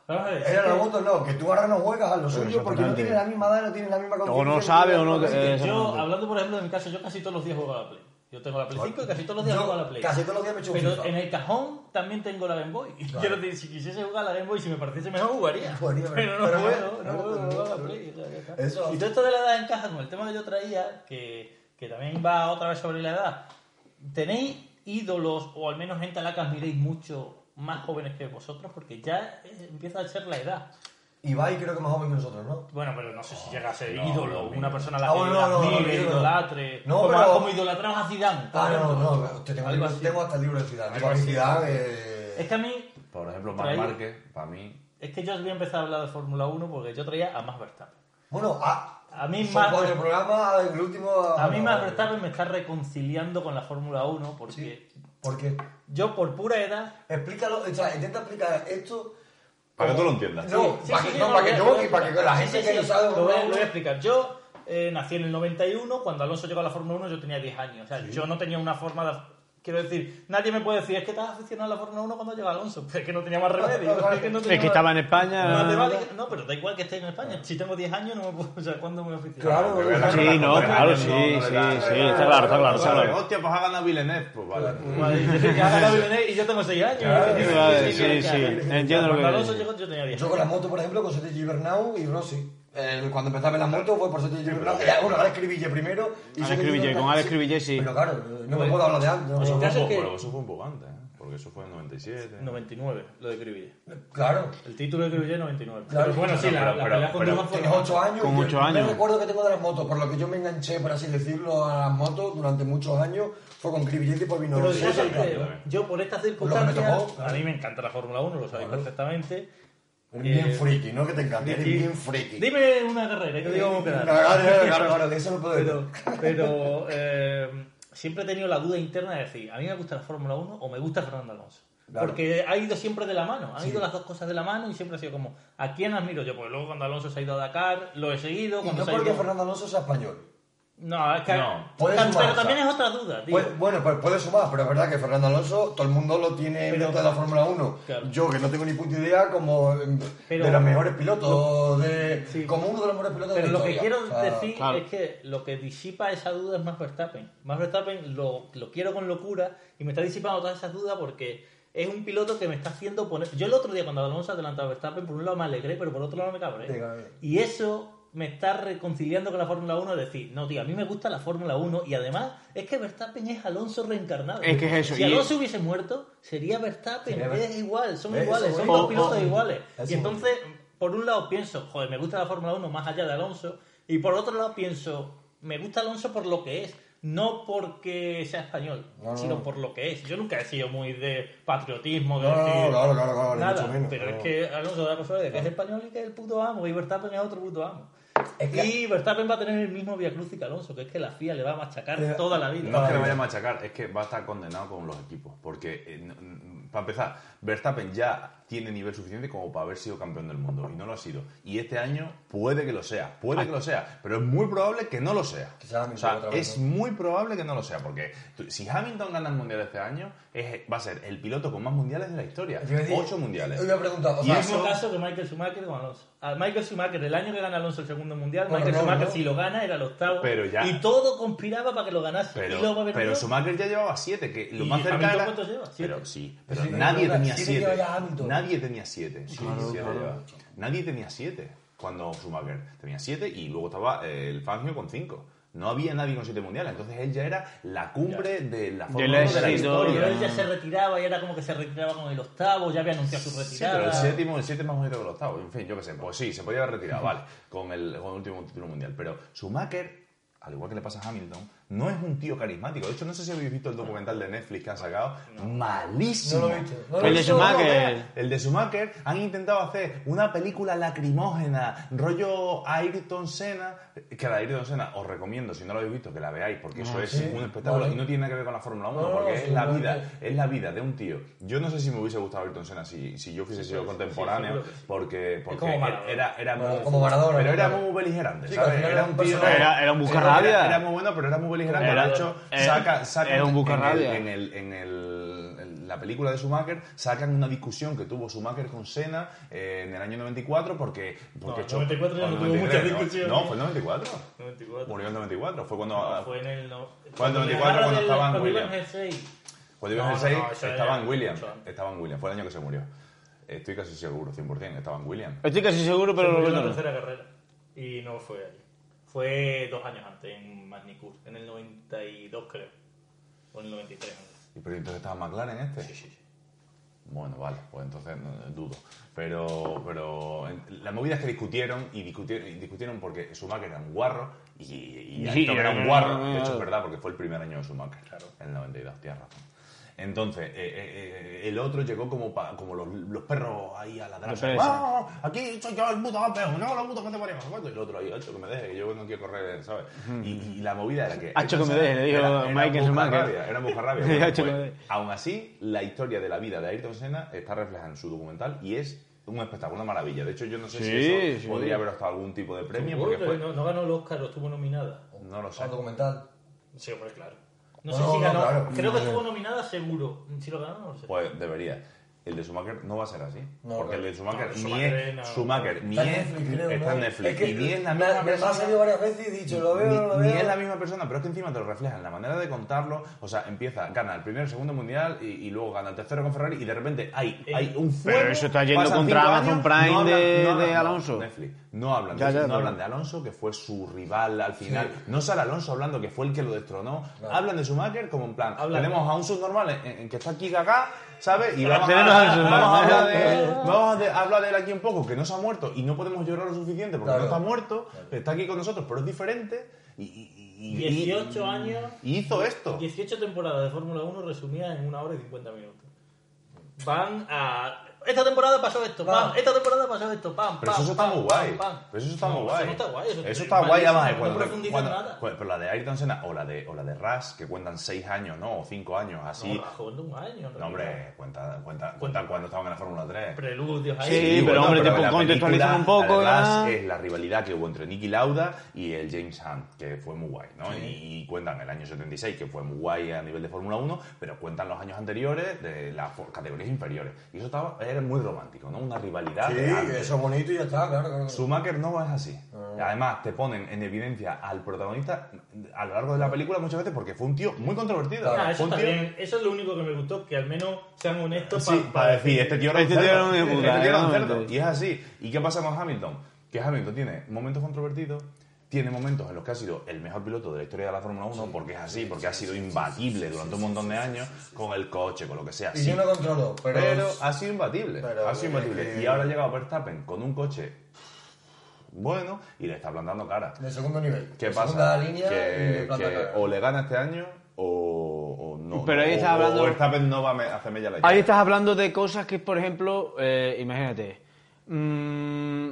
Speaker 2: Vamos a ver,
Speaker 4: Era
Speaker 2: sí
Speaker 4: los votos, no, que tú ahora no juegas a lo suyo porque no
Speaker 1: exactamente.
Speaker 4: tienes la misma edad, no tienes la misma conciencia.
Speaker 1: no sabe o no-
Speaker 4: tienes la misma
Speaker 1: eh,
Speaker 2: que
Speaker 4: conciencia.
Speaker 2: Yo,
Speaker 1: Exactamente.
Speaker 2: hablando por ejemplo de mi caso, yo casi todos los días juego a la Play. Yo tengo la Play 5 y casi todos los días
Speaker 4: Yo
Speaker 2: juego a la Play.
Speaker 4: casi todos los días me echo un
Speaker 2: Pero
Speaker 4: FIFA.
Speaker 2: en el cajón también tengo la Game Boy. Yo no te- si quisiese jugar a la Game Boy, si me pareciese mejor, jugaría.
Speaker 4: Jugaría,
Speaker 2: pero no
Speaker 4: pero no,
Speaker 2: puedo,
Speaker 4: no,
Speaker 2: no puedo
Speaker 4: no,
Speaker 2: jugar a
Speaker 4: no.
Speaker 2: la Play. o sea, ya está.
Speaker 4: Eso-
Speaker 2: Y todo esto de la edad encaja con el tema que yo traía, que, que también va otra vez sobre la edad. ¿Tenéis ídolos o al menos gente a la que admiréis mucho más jóvenes que vosotros? Porque ya eh, empieza a ser la edad.
Speaker 4: Ibai creo que más joven que nosotros, ¿no?
Speaker 2: Bueno, pero no sé si llega a ser ídolo, una persona a la
Speaker 4: Ah,
Speaker 2: que
Speaker 4: bueno,
Speaker 2: la
Speaker 4: no, no,
Speaker 2: admire,
Speaker 4: no, no.
Speaker 2: idolatre.
Speaker 4: No,
Speaker 2: como,
Speaker 4: pero-
Speaker 2: como idolatrabas a Zidane.
Speaker 4: Ah, no, no,
Speaker 2: Algo
Speaker 4: no, te tengo,
Speaker 2: así.
Speaker 4: tengo hasta el libro de Ciudad.
Speaker 2: Algo así. Es
Speaker 4: eh...
Speaker 2: que a mí,
Speaker 3: Por ejemplo,
Speaker 2: Por
Speaker 3: Marc
Speaker 2: ahí.
Speaker 3: Márquez, para mí.
Speaker 2: es que yo os voy a empezar a hablar de Fórmula 1 porque yo traía a Max Verstappen.
Speaker 4: Bueno, a,
Speaker 2: A mí
Speaker 4: son
Speaker 2: más-
Speaker 4: cuatro programas, el último...
Speaker 2: A mí Max
Speaker 4: Ah, vale.
Speaker 2: Verstappen me está reconciliando con la Fórmula 1 porque
Speaker 4: ¿Por qué?
Speaker 2: yo por pura edad...
Speaker 4: Explícalo, o sea, intenta explicar esto...
Speaker 3: Para que tú lo
Speaker 4: No,
Speaker 3: entiendas.
Speaker 2: Sí,
Speaker 4: para
Speaker 2: sí,
Speaker 4: que,
Speaker 2: sí,
Speaker 4: no,
Speaker 2: lo
Speaker 4: para
Speaker 2: voy
Speaker 4: que
Speaker 2: a-
Speaker 4: yo y para que la
Speaker 2: sí,
Speaker 4: gente
Speaker 2: sí,
Speaker 4: que
Speaker 2: sí,
Speaker 4: no sabe...
Speaker 2: Lo voy, a- lo voy a
Speaker 4: no-
Speaker 2: explicar. Yo eh, nací en el 91, cuando Alonso llegó a la Fórmula 1 yo tenía 10 años. O sea, yo no tenía una forma de... Quiero decir, nadie me puede decir, es que estás aficionado a la Fórmula 1 cuando llegó Alonso. Es que no tenía más remedio. Es que, no tenía
Speaker 1: Es que
Speaker 2: más-
Speaker 1: estaba en España.
Speaker 2: No, te vale que- no, pero da igual que esté en España. Si tengo 10 años, no me puedo. O sea, ¿cuándo me oficial?
Speaker 4: Claro,
Speaker 3: Porque
Speaker 4: sí,
Speaker 3: la
Speaker 1: Sí,
Speaker 3: verdad,
Speaker 1: no,
Speaker 3: porque
Speaker 1: claro,
Speaker 3: la
Speaker 1: sí,
Speaker 3: gente no
Speaker 1: sí,
Speaker 3: le da-
Speaker 1: sí, está claro, está claro, está claro.
Speaker 3: Hostia, pues ha ganado Villeneuve, pues vale.
Speaker 2: y yo tengo 6 años. ¿qué quieres
Speaker 1: vale,
Speaker 2: que
Speaker 1: sí,
Speaker 2: haga?
Speaker 1: sí, entiendo lo que
Speaker 2: Cuando Alonso
Speaker 1: dices.
Speaker 2: llegó, yo tenía 10
Speaker 4: Yo
Speaker 2: años.
Speaker 4: con la moto, por ejemplo, con Sotegi Bernau y Rossi. Eh, cuando empecé a ver la moto fue por Sotegi Bernau.
Speaker 3: pero-
Speaker 4: Eh, Bueno, Alex Cribille primero. y
Speaker 1: Alex
Speaker 4: Sotegi
Speaker 1: Cribille,
Speaker 4: Bernau,
Speaker 1: con Alex Cribille sí.
Speaker 4: Pero claro, eh, no me
Speaker 2: Pues,
Speaker 4: puedo hablar de antes. no
Speaker 2: O sea,
Speaker 4: me
Speaker 2: te hace
Speaker 4: puedo-
Speaker 2: que-
Speaker 3: Pero eso fue un poco antes, ¿eh? porque eso fue en 97.
Speaker 2: 99, lo de Cribille.
Speaker 4: Claro.
Speaker 2: El título de Cribille es 99.
Speaker 4: Claro.
Speaker 2: Pero bueno, sí, la,
Speaker 3: Pero-
Speaker 2: la
Speaker 3: pero-
Speaker 2: pelea con
Speaker 3: pero-
Speaker 2: Dugan fue-
Speaker 4: Tienes 8 años.
Speaker 1: Con
Speaker 4: y el
Speaker 1: ocho
Speaker 4: primer
Speaker 1: años.
Speaker 4: recuerdo que tengo de las motos, por lo que yo me enganché, por así decirlo, a las motos durante muchos años, fue con Cribille y después vino
Speaker 2: Pero
Speaker 4: Rossi.
Speaker 2: yo,
Speaker 4: Claro.
Speaker 2: siempre- yo por estas
Speaker 4: Por lo que me
Speaker 2: circunstancias,
Speaker 4: tocó, claro.
Speaker 2: a mí me encanta la Fórmula 1, lo sabéis
Speaker 4: Claro.
Speaker 2: perfectamente.
Speaker 4: Eres bien
Speaker 2: Eh,
Speaker 4: friki, ¿no? Que te encanta, eres
Speaker 2: friki.
Speaker 4: bien friki.
Speaker 2: Dime una carrera, que digo cómo
Speaker 4: Claro,
Speaker 2: quedar.
Speaker 4: claro, claro, claro, que eso no puedo
Speaker 2: pero,
Speaker 4: decir.
Speaker 2: pero eh, siempre he tenido la duda interna de decir, ¿a mí me gusta la Fórmula 1 o me gusta Fernando Alonso?
Speaker 4: Claro.
Speaker 2: Porque ha ido siempre de la mano, han ido las dos cosas de la mano y siempre ha sido como, ¿a quién admiro yo? Porque luego cuando Alonso se ha ido a Dakar, lo he seguido.
Speaker 4: Y
Speaker 2: Cuando
Speaker 4: no
Speaker 2: se ha ido-
Speaker 4: porque Fernando Alonso sea español.
Speaker 2: No, es que...
Speaker 3: No,
Speaker 4: puede
Speaker 2: Tan-
Speaker 4: sumar,
Speaker 2: pero
Speaker 4: o sea,
Speaker 2: también es otra duda, tío.
Speaker 4: Pues, bueno, pues puede sumar, pero es verdad que Fernando Alonso, todo el mundo lo tiene
Speaker 2: Pero-
Speaker 4: dentro de la Fórmula 1.
Speaker 2: Claro.
Speaker 4: Yo, que no tengo ni puta idea, como mm,
Speaker 2: Pero-
Speaker 4: de los mejores pilotos, de,
Speaker 2: Sí.
Speaker 4: como uno de los mejores pilotos
Speaker 2: Pero
Speaker 4: de la
Speaker 2: lo que
Speaker 4: historia.
Speaker 2: quiero
Speaker 4: O sea,
Speaker 2: decir
Speaker 1: claro.
Speaker 2: es que lo que disipa esa duda es Max Verstappen. Max Verstappen lo, lo quiero con locura y me está disipando todas esas dudas porque es un piloto que me está haciendo poner. Yo el otro día cuando Alonso adelantaba a Verstappen, por un lado me alegré, pero por otro lado me cabré.
Speaker 4: Te cabré.
Speaker 2: Y eso me está reconciliando con la Fórmula 1 de decir, no, tío, a mí me gusta la Fórmula 1 y además es que Verstappen es Alonso reencarnado.
Speaker 1: Es que es eso,
Speaker 2: Si
Speaker 1: y-
Speaker 2: Alonso hubiese muerto, sería Verstappen,
Speaker 4: Sería Verstappen.
Speaker 2: es igual, son
Speaker 1: Eh,
Speaker 4: Eso,
Speaker 2: iguales, son
Speaker 4: bueno.
Speaker 2: dos pilotos
Speaker 1: Oh,
Speaker 4: O- o-
Speaker 2: iguales.
Speaker 4: Eso.
Speaker 2: Y entonces, por un lado pienso, joder, me gusta la Fórmula 1 más allá de Alonso, y por otro lado pienso, me gusta Alonso por lo que es, no porque sea español,
Speaker 4: No, no,
Speaker 2: sino
Speaker 4: no.
Speaker 2: por lo que es. Yo nunca he sido muy de patriotismo, de
Speaker 4: No, no,
Speaker 2: decir,
Speaker 4: no, claro, claro, claro, ni
Speaker 2: nada,
Speaker 4: mucho menos,
Speaker 2: pero
Speaker 4: claro.
Speaker 2: es que Alonso da la persona de que es español y que es el puto amo, y Verstappen es otro puto amo.
Speaker 4: Es que-
Speaker 2: Y Verstappen va a tener el mismo vía cruz que Alonso, que es que la FIA le va a machacar
Speaker 4: Eh,
Speaker 2: toda la vida.
Speaker 3: No es que le vaya a machacar, es que va a estar condenado con los equipos. Porque, eh, para empezar, Verstappen ya tiene nivel suficiente como para haber sido campeón del mundo. Y no lo ha sido. Y este año puede que lo sea, puede que lo sea. Pero es muy probable que no lo sea.
Speaker 4: Ah. Que sea Hamilton
Speaker 3: o sea,
Speaker 4: otra vez,
Speaker 3: es
Speaker 4: ¿no?
Speaker 3: muy probable que no lo sea. Porque tú- si Hamilton gana el mundial este año, es- va a ser el piloto con más mundiales de la historia.
Speaker 4: Yo iba a decir-
Speaker 3: Ocho mundiales.
Speaker 4: yo iba a preguntar, o
Speaker 3: Y
Speaker 2: Es
Speaker 4: sea,
Speaker 2: el mismo
Speaker 3: eso-
Speaker 2: caso que Michael Schumacher con Alonso. A Michael Schumacher, el año que gana Alonso el segundo mundial,
Speaker 4: Con
Speaker 2: Michael
Speaker 4: Renault,
Speaker 2: Schumacher,
Speaker 4: ¿no?
Speaker 2: si lo gana, era el octavo.
Speaker 3: Pero ya-
Speaker 2: Y todo conspiraba para que lo ganase. y luego
Speaker 3: Pero,
Speaker 2: perdió.
Speaker 3: pero Schumacher ya llevaba siete, que lo
Speaker 2: ¿Y
Speaker 3: más cerca
Speaker 2: Hamilton
Speaker 3: era...
Speaker 2: cuántos lleva? Siete.
Speaker 3: Pero sí, pero
Speaker 4: Sí,
Speaker 3: nadie
Speaker 4: lleva-
Speaker 3: tenía
Speaker 4: siete lleva
Speaker 3: siete.
Speaker 4: ya Hamilton.
Speaker 3: Nadie tenía siete. Sí, siete
Speaker 1: claro.
Speaker 3: lleva. Nadie tenía siete cuando Schumacher tenía siete y luego estaba eh, el Fangio con cinco. No había nadie con siete mundiales, entonces él ya era la cumbre de la Fórmula Uno de la
Speaker 1: éxito,
Speaker 3: historia.
Speaker 2: Pero él ya se retiraba y era como que se retiraba con el octavo, ya había anunciado su
Speaker 3: Sí, pero
Speaker 2: retirada.
Speaker 3: el séptimo, el séptimo es más bonito que el octavo. En fin, yo qué sé. Pues sí, se podía haber retirado, vale, con el, con el último título mundial. Pero Schumacher, al igual que le pasa a Hamilton, no es un tío carismático. De hecho, no sé si habéis visto el documental de Netflix que han sacado. Malísimo. Pues
Speaker 4: No lo he visto. No lo
Speaker 1: El
Speaker 4: he
Speaker 1: de
Speaker 4: visto,
Speaker 1: Schumacher.
Speaker 3: El de Schumacher han intentado hacer una película lacrimógena, rollo Ayrton Senna, que la de Ayrton Senna os recomiendo, si no lo habéis visto, que la veáis, porque eso es
Speaker 4: Ah, sí,
Speaker 3: un espectáculo
Speaker 4: vale.
Speaker 3: y no tiene nada que ver con la Fórmula 1,
Speaker 4: No, no,
Speaker 3: porque
Speaker 4: sí,
Speaker 3: es la
Speaker 4: vale.
Speaker 3: vida, es la vida de un tío. Yo no sé si me hubiese gustado Ayrton Senna si, si yo fuese sido contemporáneo,
Speaker 2: seguro que sí.
Speaker 3: porque, porque
Speaker 2: como Maradona.
Speaker 3: era, era
Speaker 4: Bueno,
Speaker 3: muy,
Speaker 4: como Maradona,
Speaker 3: pero era
Speaker 4: claro.
Speaker 3: muy beligerante,
Speaker 4: Sí, al
Speaker 3: ¿sabes? Era
Speaker 4: final era
Speaker 3: un
Speaker 4: un
Speaker 3: tío...
Speaker 4: personaje.
Speaker 1: Era- era un buscarrabia.
Speaker 3: Era, era muy bueno, pero era muy beligerante.
Speaker 1: Era-
Speaker 3: de hecho,
Speaker 1: era-
Speaker 3: saca, saca
Speaker 1: era un
Speaker 3: en el-
Speaker 1: buscarrabia.
Speaker 3: en el- en el- en la película de Schumacher sacan una discusión que tuvo Schumacher con Senna eh, en el año 94 porque... porque
Speaker 2: No,
Speaker 3: echó-
Speaker 2: 94 ya
Speaker 3: o
Speaker 2: no tuvo
Speaker 3: 93,
Speaker 2: mucha
Speaker 3: ¿no?
Speaker 2: discusión.
Speaker 3: No, fue el 94.
Speaker 2: 94.
Speaker 3: Murió en el 94. Fue cuando...
Speaker 2: No, fue en el. No...
Speaker 3: Fue en el 94
Speaker 2: la guerra
Speaker 3: cuando
Speaker 2: del-
Speaker 3: estaban
Speaker 2: cuando iba en
Speaker 3: Williams.
Speaker 2: G6.
Speaker 3: Cuando iba en
Speaker 2: No,
Speaker 3: el
Speaker 2: no,
Speaker 3: 6
Speaker 2: no, eso
Speaker 3: estaba en
Speaker 2: era
Speaker 3: William.
Speaker 2: mucho antes.
Speaker 3: Estaba en William. Fue el año que se murió. Estoy casi seguro, 100%. Estaba en William.
Speaker 1: Estoy casi seguro, pero
Speaker 2: Fue
Speaker 1: lo
Speaker 2: en la
Speaker 1: no.
Speaker 2: tercera carrera. Y no fue allí. Fue dos años antes, en Magnicur, en el 92, creo. O en el 93. ¿no?
Speaker 3: Y Pero entonces estaba McLaren este.
Speaker 2: Sí, sí, sí.
Speaker 3: Bueno, vale, pues entonces no, dudo. Pero, pero en- la movida es que discutieron y discutieron, y discutieron porque Schumacher era un guarro y, y
Speaker 1: Sí,
Speaker 3: Ayrton era
Speaker 1: era-
Speaker 3: un
Speaker 1: no,
Speaker 3: guarro.
Speaker 1: no,
Speaker 3: De hecho,
Speaker 1: no.
Speaker 3: es verdad, porque fue el primer año de Schumacher,
Speaker 2: Claro.
Speaker 3: en el 92, tienes razón. Entonces, eh, eh, eh, el otro llegó como, pa- como los, los perros ahí a ladrar.
Speaker 1: Los perros.
Speaker 3: ¡Ah! Aquí soy yo el puto campeón, no, los putos que te ponemos. Y el otro ahí, hecho que me deje, que yo no quiero correr, ¿sabes? Y, y la movida era que.
Speaker 1: Hacho que me deje, le dijo Michael Schumacher.
Speaker 3: rabia, era buscarrabia.
Speaker 1: Sí,
Speaker 3: Bueno,
Speaker 1: hacho que
Speaker 3: pues,
Speaker 1: me deje.
Speaker 3: Aún así, la historia de la vida de Ayrton Senna está reflejada en su documental y es un espectáculo, una maravilla. De hecho, yo no sé si
Speaker 1: Sí,
Speaker 3: eso
Speaker 1: sí.
Speaker 3: podría haber hasta algún tipo de premio,
Speaker 2: Seguro
Speaker 3: porque
Speaker 2: que
Speaker 3: fue...
Speaker 2: no, no ganó el Oscar, o estuvo nominada.
Speaker 3: No lo sé.
Speaker 4: Al documental.
Speaker 2: Sí, hombre, claro. No,
Speaker 4: No,
Speaker 2: sé si
Speaker 4: no,
Speaker 2: ganó.
Speaker 4: claro.
Speaker 2: Creo que
Speaker 4: No, no.
Speaker 2: estuvo nominada seguro. Si lo ganó, no lo sé.
Speaker 3: Pues debería. El de Schumacher no va a ser así.
Speaker 4: No,
Speaker 3: porque el
Speaker 4: no.
Speaker 3: de Schumacher
Speaker 2: No,
Speaker 3: ni
Speaker 2: Schumacher
Speaker 3: es
Speaker 2: no.
Speaker 3: Schumacher, ni
Speaker 4: Está en
Speaker 3: es
Speaker 4: Netflix, creo.
Speaker 3: está
Speaker 4: ¿no?
Speaker 3: en Netflix,
Speaker 4: Es que
Speaker 3: ni es la
Speaker 4: me-
Speaker 3: misma
Speaker 4: me ha
Speaker 3: persona.
Speaker 4: salido varias veces y he dicho, lo veo,
Speaker 3: ni,
Speaker 4: no lo
Speaker 3: ni
Speaker 4: veo.
Speaker 3: es la misma persona, pero es que encima te lo refleja en la manera de contarlo. O sea, empieza, gana el primero, el segundo mundial y, y luego gana el tercero con Ferrari y de repente hay,
Speaker 2: Eh,
Speaker 3: hay un
Speaker 1: pero
Speaker 3: fuego.
Speaker 1: eso está yendo
Speaker 3: pasan
Speaker 1: contra
Speaker 3: cinco
Speaker 1: Amazon Prime de- de
Speaker 3: no,
Speaker 1: Alonso.
Speaker 3: Netflix. No hablan,
Speaker 1: Ya,
Speaker 3: de-
Speaker 1: ya,
Speaker 3: no
Speaker 1: pero-
Speaker 3: hablan de Alonso, que fue su rival al final. No sale Alonso hablando que fue el que lo destronó.
Speaker 4: Claro.
Speaker 3: Hablan de Schumacher como en plan,
Speaker 2: Hablan.
Speaker 3: tenemos a un subnormal en, en que está aquí cagá, ¿sabes? Y
Speaker 1: Pero
Speaker 3: vamos a,
Speaker 1: tenemos al subnormal.
Speaker 3: vamos a hablar de él, Eh, vamos a de- hablar de él aquí un poco, que no se ha muerto y no podemos llorar lo suficiente porque
Speaker 4: Claro.
Speaker 3: no está muerto, está aquí con nosotros, pero es diferente. Y, y- y- y-
Speaker 2: 18 años.
Speaker 3: y hizo esto.
Speaker 2: 18 temporadas de Fórmula 1 resumidas en una hora y 50 minutos. Van a. Esta temporada pasó esto, pam.
Speaker 4: Pam.
Speaker 2: Esta temporada pasó esto, pam.
Speaker 3: Pero
Speaker 2: pam,
Speaker 3: eso está
Speaker 2: pam,
Speaker 3: muy guay.
Speaker 2: pam, pam.
Speaker 3: Pero eso está muy
Speaker 2: No,
Speaker 3: guay.
Speaker 2: Eso no está guay. Eso,
Speaker 3: Eso está guay, además.
Speaker 2: No
Speaker 3: Cuando,
Speaker 2: profundizan
Speaker 3: cuando-
Speaker 2: nada.
Speaker 3: cu- pero la de Ayrton Senna o la de, o la de Ras, que cuentan 6 años, ¿no? O 5 años, así.
Speaker 2: No, Rajón de un año.
Speaker 3: No, hombre, cuentan cuenta, cuenta cuando estaban en la Fórmula 3.
Speaker 2: Preludios ahí.
Speaker 1: Sí, pero hombre, te
Speaker 3: la
Speaker 1: pon- contextualizan un
Speaker 3: película,
Speaker 1: poco,
Speaker 3: la de
Speaker 1: ¿verdad?
Speaker 3: Rush es la rivalidad que hubo entre Nicky Lauda y el James Hunt, que fue muy guay, ¿no? Y, y cuentan el año 76, que fue muy guay a nivel de Fórmula 1, pero cuentan los años anteriores de las fo- categorías inferiores. Y eso estaba, era muy romántico, ¿no? Una rivalidad. de
Speaker 4: Sí,
Speaker 3: antes.
Speaker 4: eso es bonito y ya está, claro. claro.
Speaker 3: Schumacher no es así. Y además te ponen en evidencia al protagonista a lo largo de la película muchas veces porque fue un tío muy controvertido.
Speaker 2: Ah,
Speaker 3: Fue
Speaker 2: eso,
Speaker 3: un
Speaker 2: está
Speaker 3: tío-
Speaker 2: bien. eso es lo único que me gustó, que al menos sean honestos
Speaker 3: Sí,
Speaker 2: pa- pa-
Speaker 3: para decir, este tío era un
Speaker 1: Este tío era
Speaker 3: cerdo.
Speaker 1: un hijo de
Speaker 3: Este
Speaker 1: puta,
Speaker 3: tío era un
Speaker 1: ¿no?
Speaker 3: cerdo. Y es así. ¿Y qué pasa con Hamilton? Que Hamilton tiene momentos controvertidos, tiene momentos en los que ha sido el mejor piloto de la historia de la Fórmula 1, porque es así, porque ha sido imbatible durante un montón de años con el coche, con lo que sea.
Speaker 4: Y
Speaker 3: Sí,
Speaker 4: yo no controlo, pero.
Speaker 3: pero ha sido imbatible.
Speaker 4: Pero
Speaker 3: ha sido
Speaker 4: es
Speaker 3: imbatible.
Speaker 4: que-
Speaker 3: Y ahora ha llegado Verstappen con un coche bueno y le está plantando cara.
Speaker 4: De segundo nivel.
Speaker 3: ¿Qué
Speaker 4: De
Speaker 3: pasa?
Speaker 4: Segunda línea y
Speaker 3: que,
Speaker 4: de planta
Speaker 3: que
Speaker 4: cara.
Speaker 3: o le gana este año o, o no.
Speaker 1: Pero ahí
Speaker 3: o-
Speaker 1: estás hablando-
Speaker 3: o Verstappen no va a me- a hacer mella la
Speaker 1: Ahí
Speaker 3: llave.
Speaker 1: estás hablando de cosas que, por ejemplo, eh, imagínate, mm,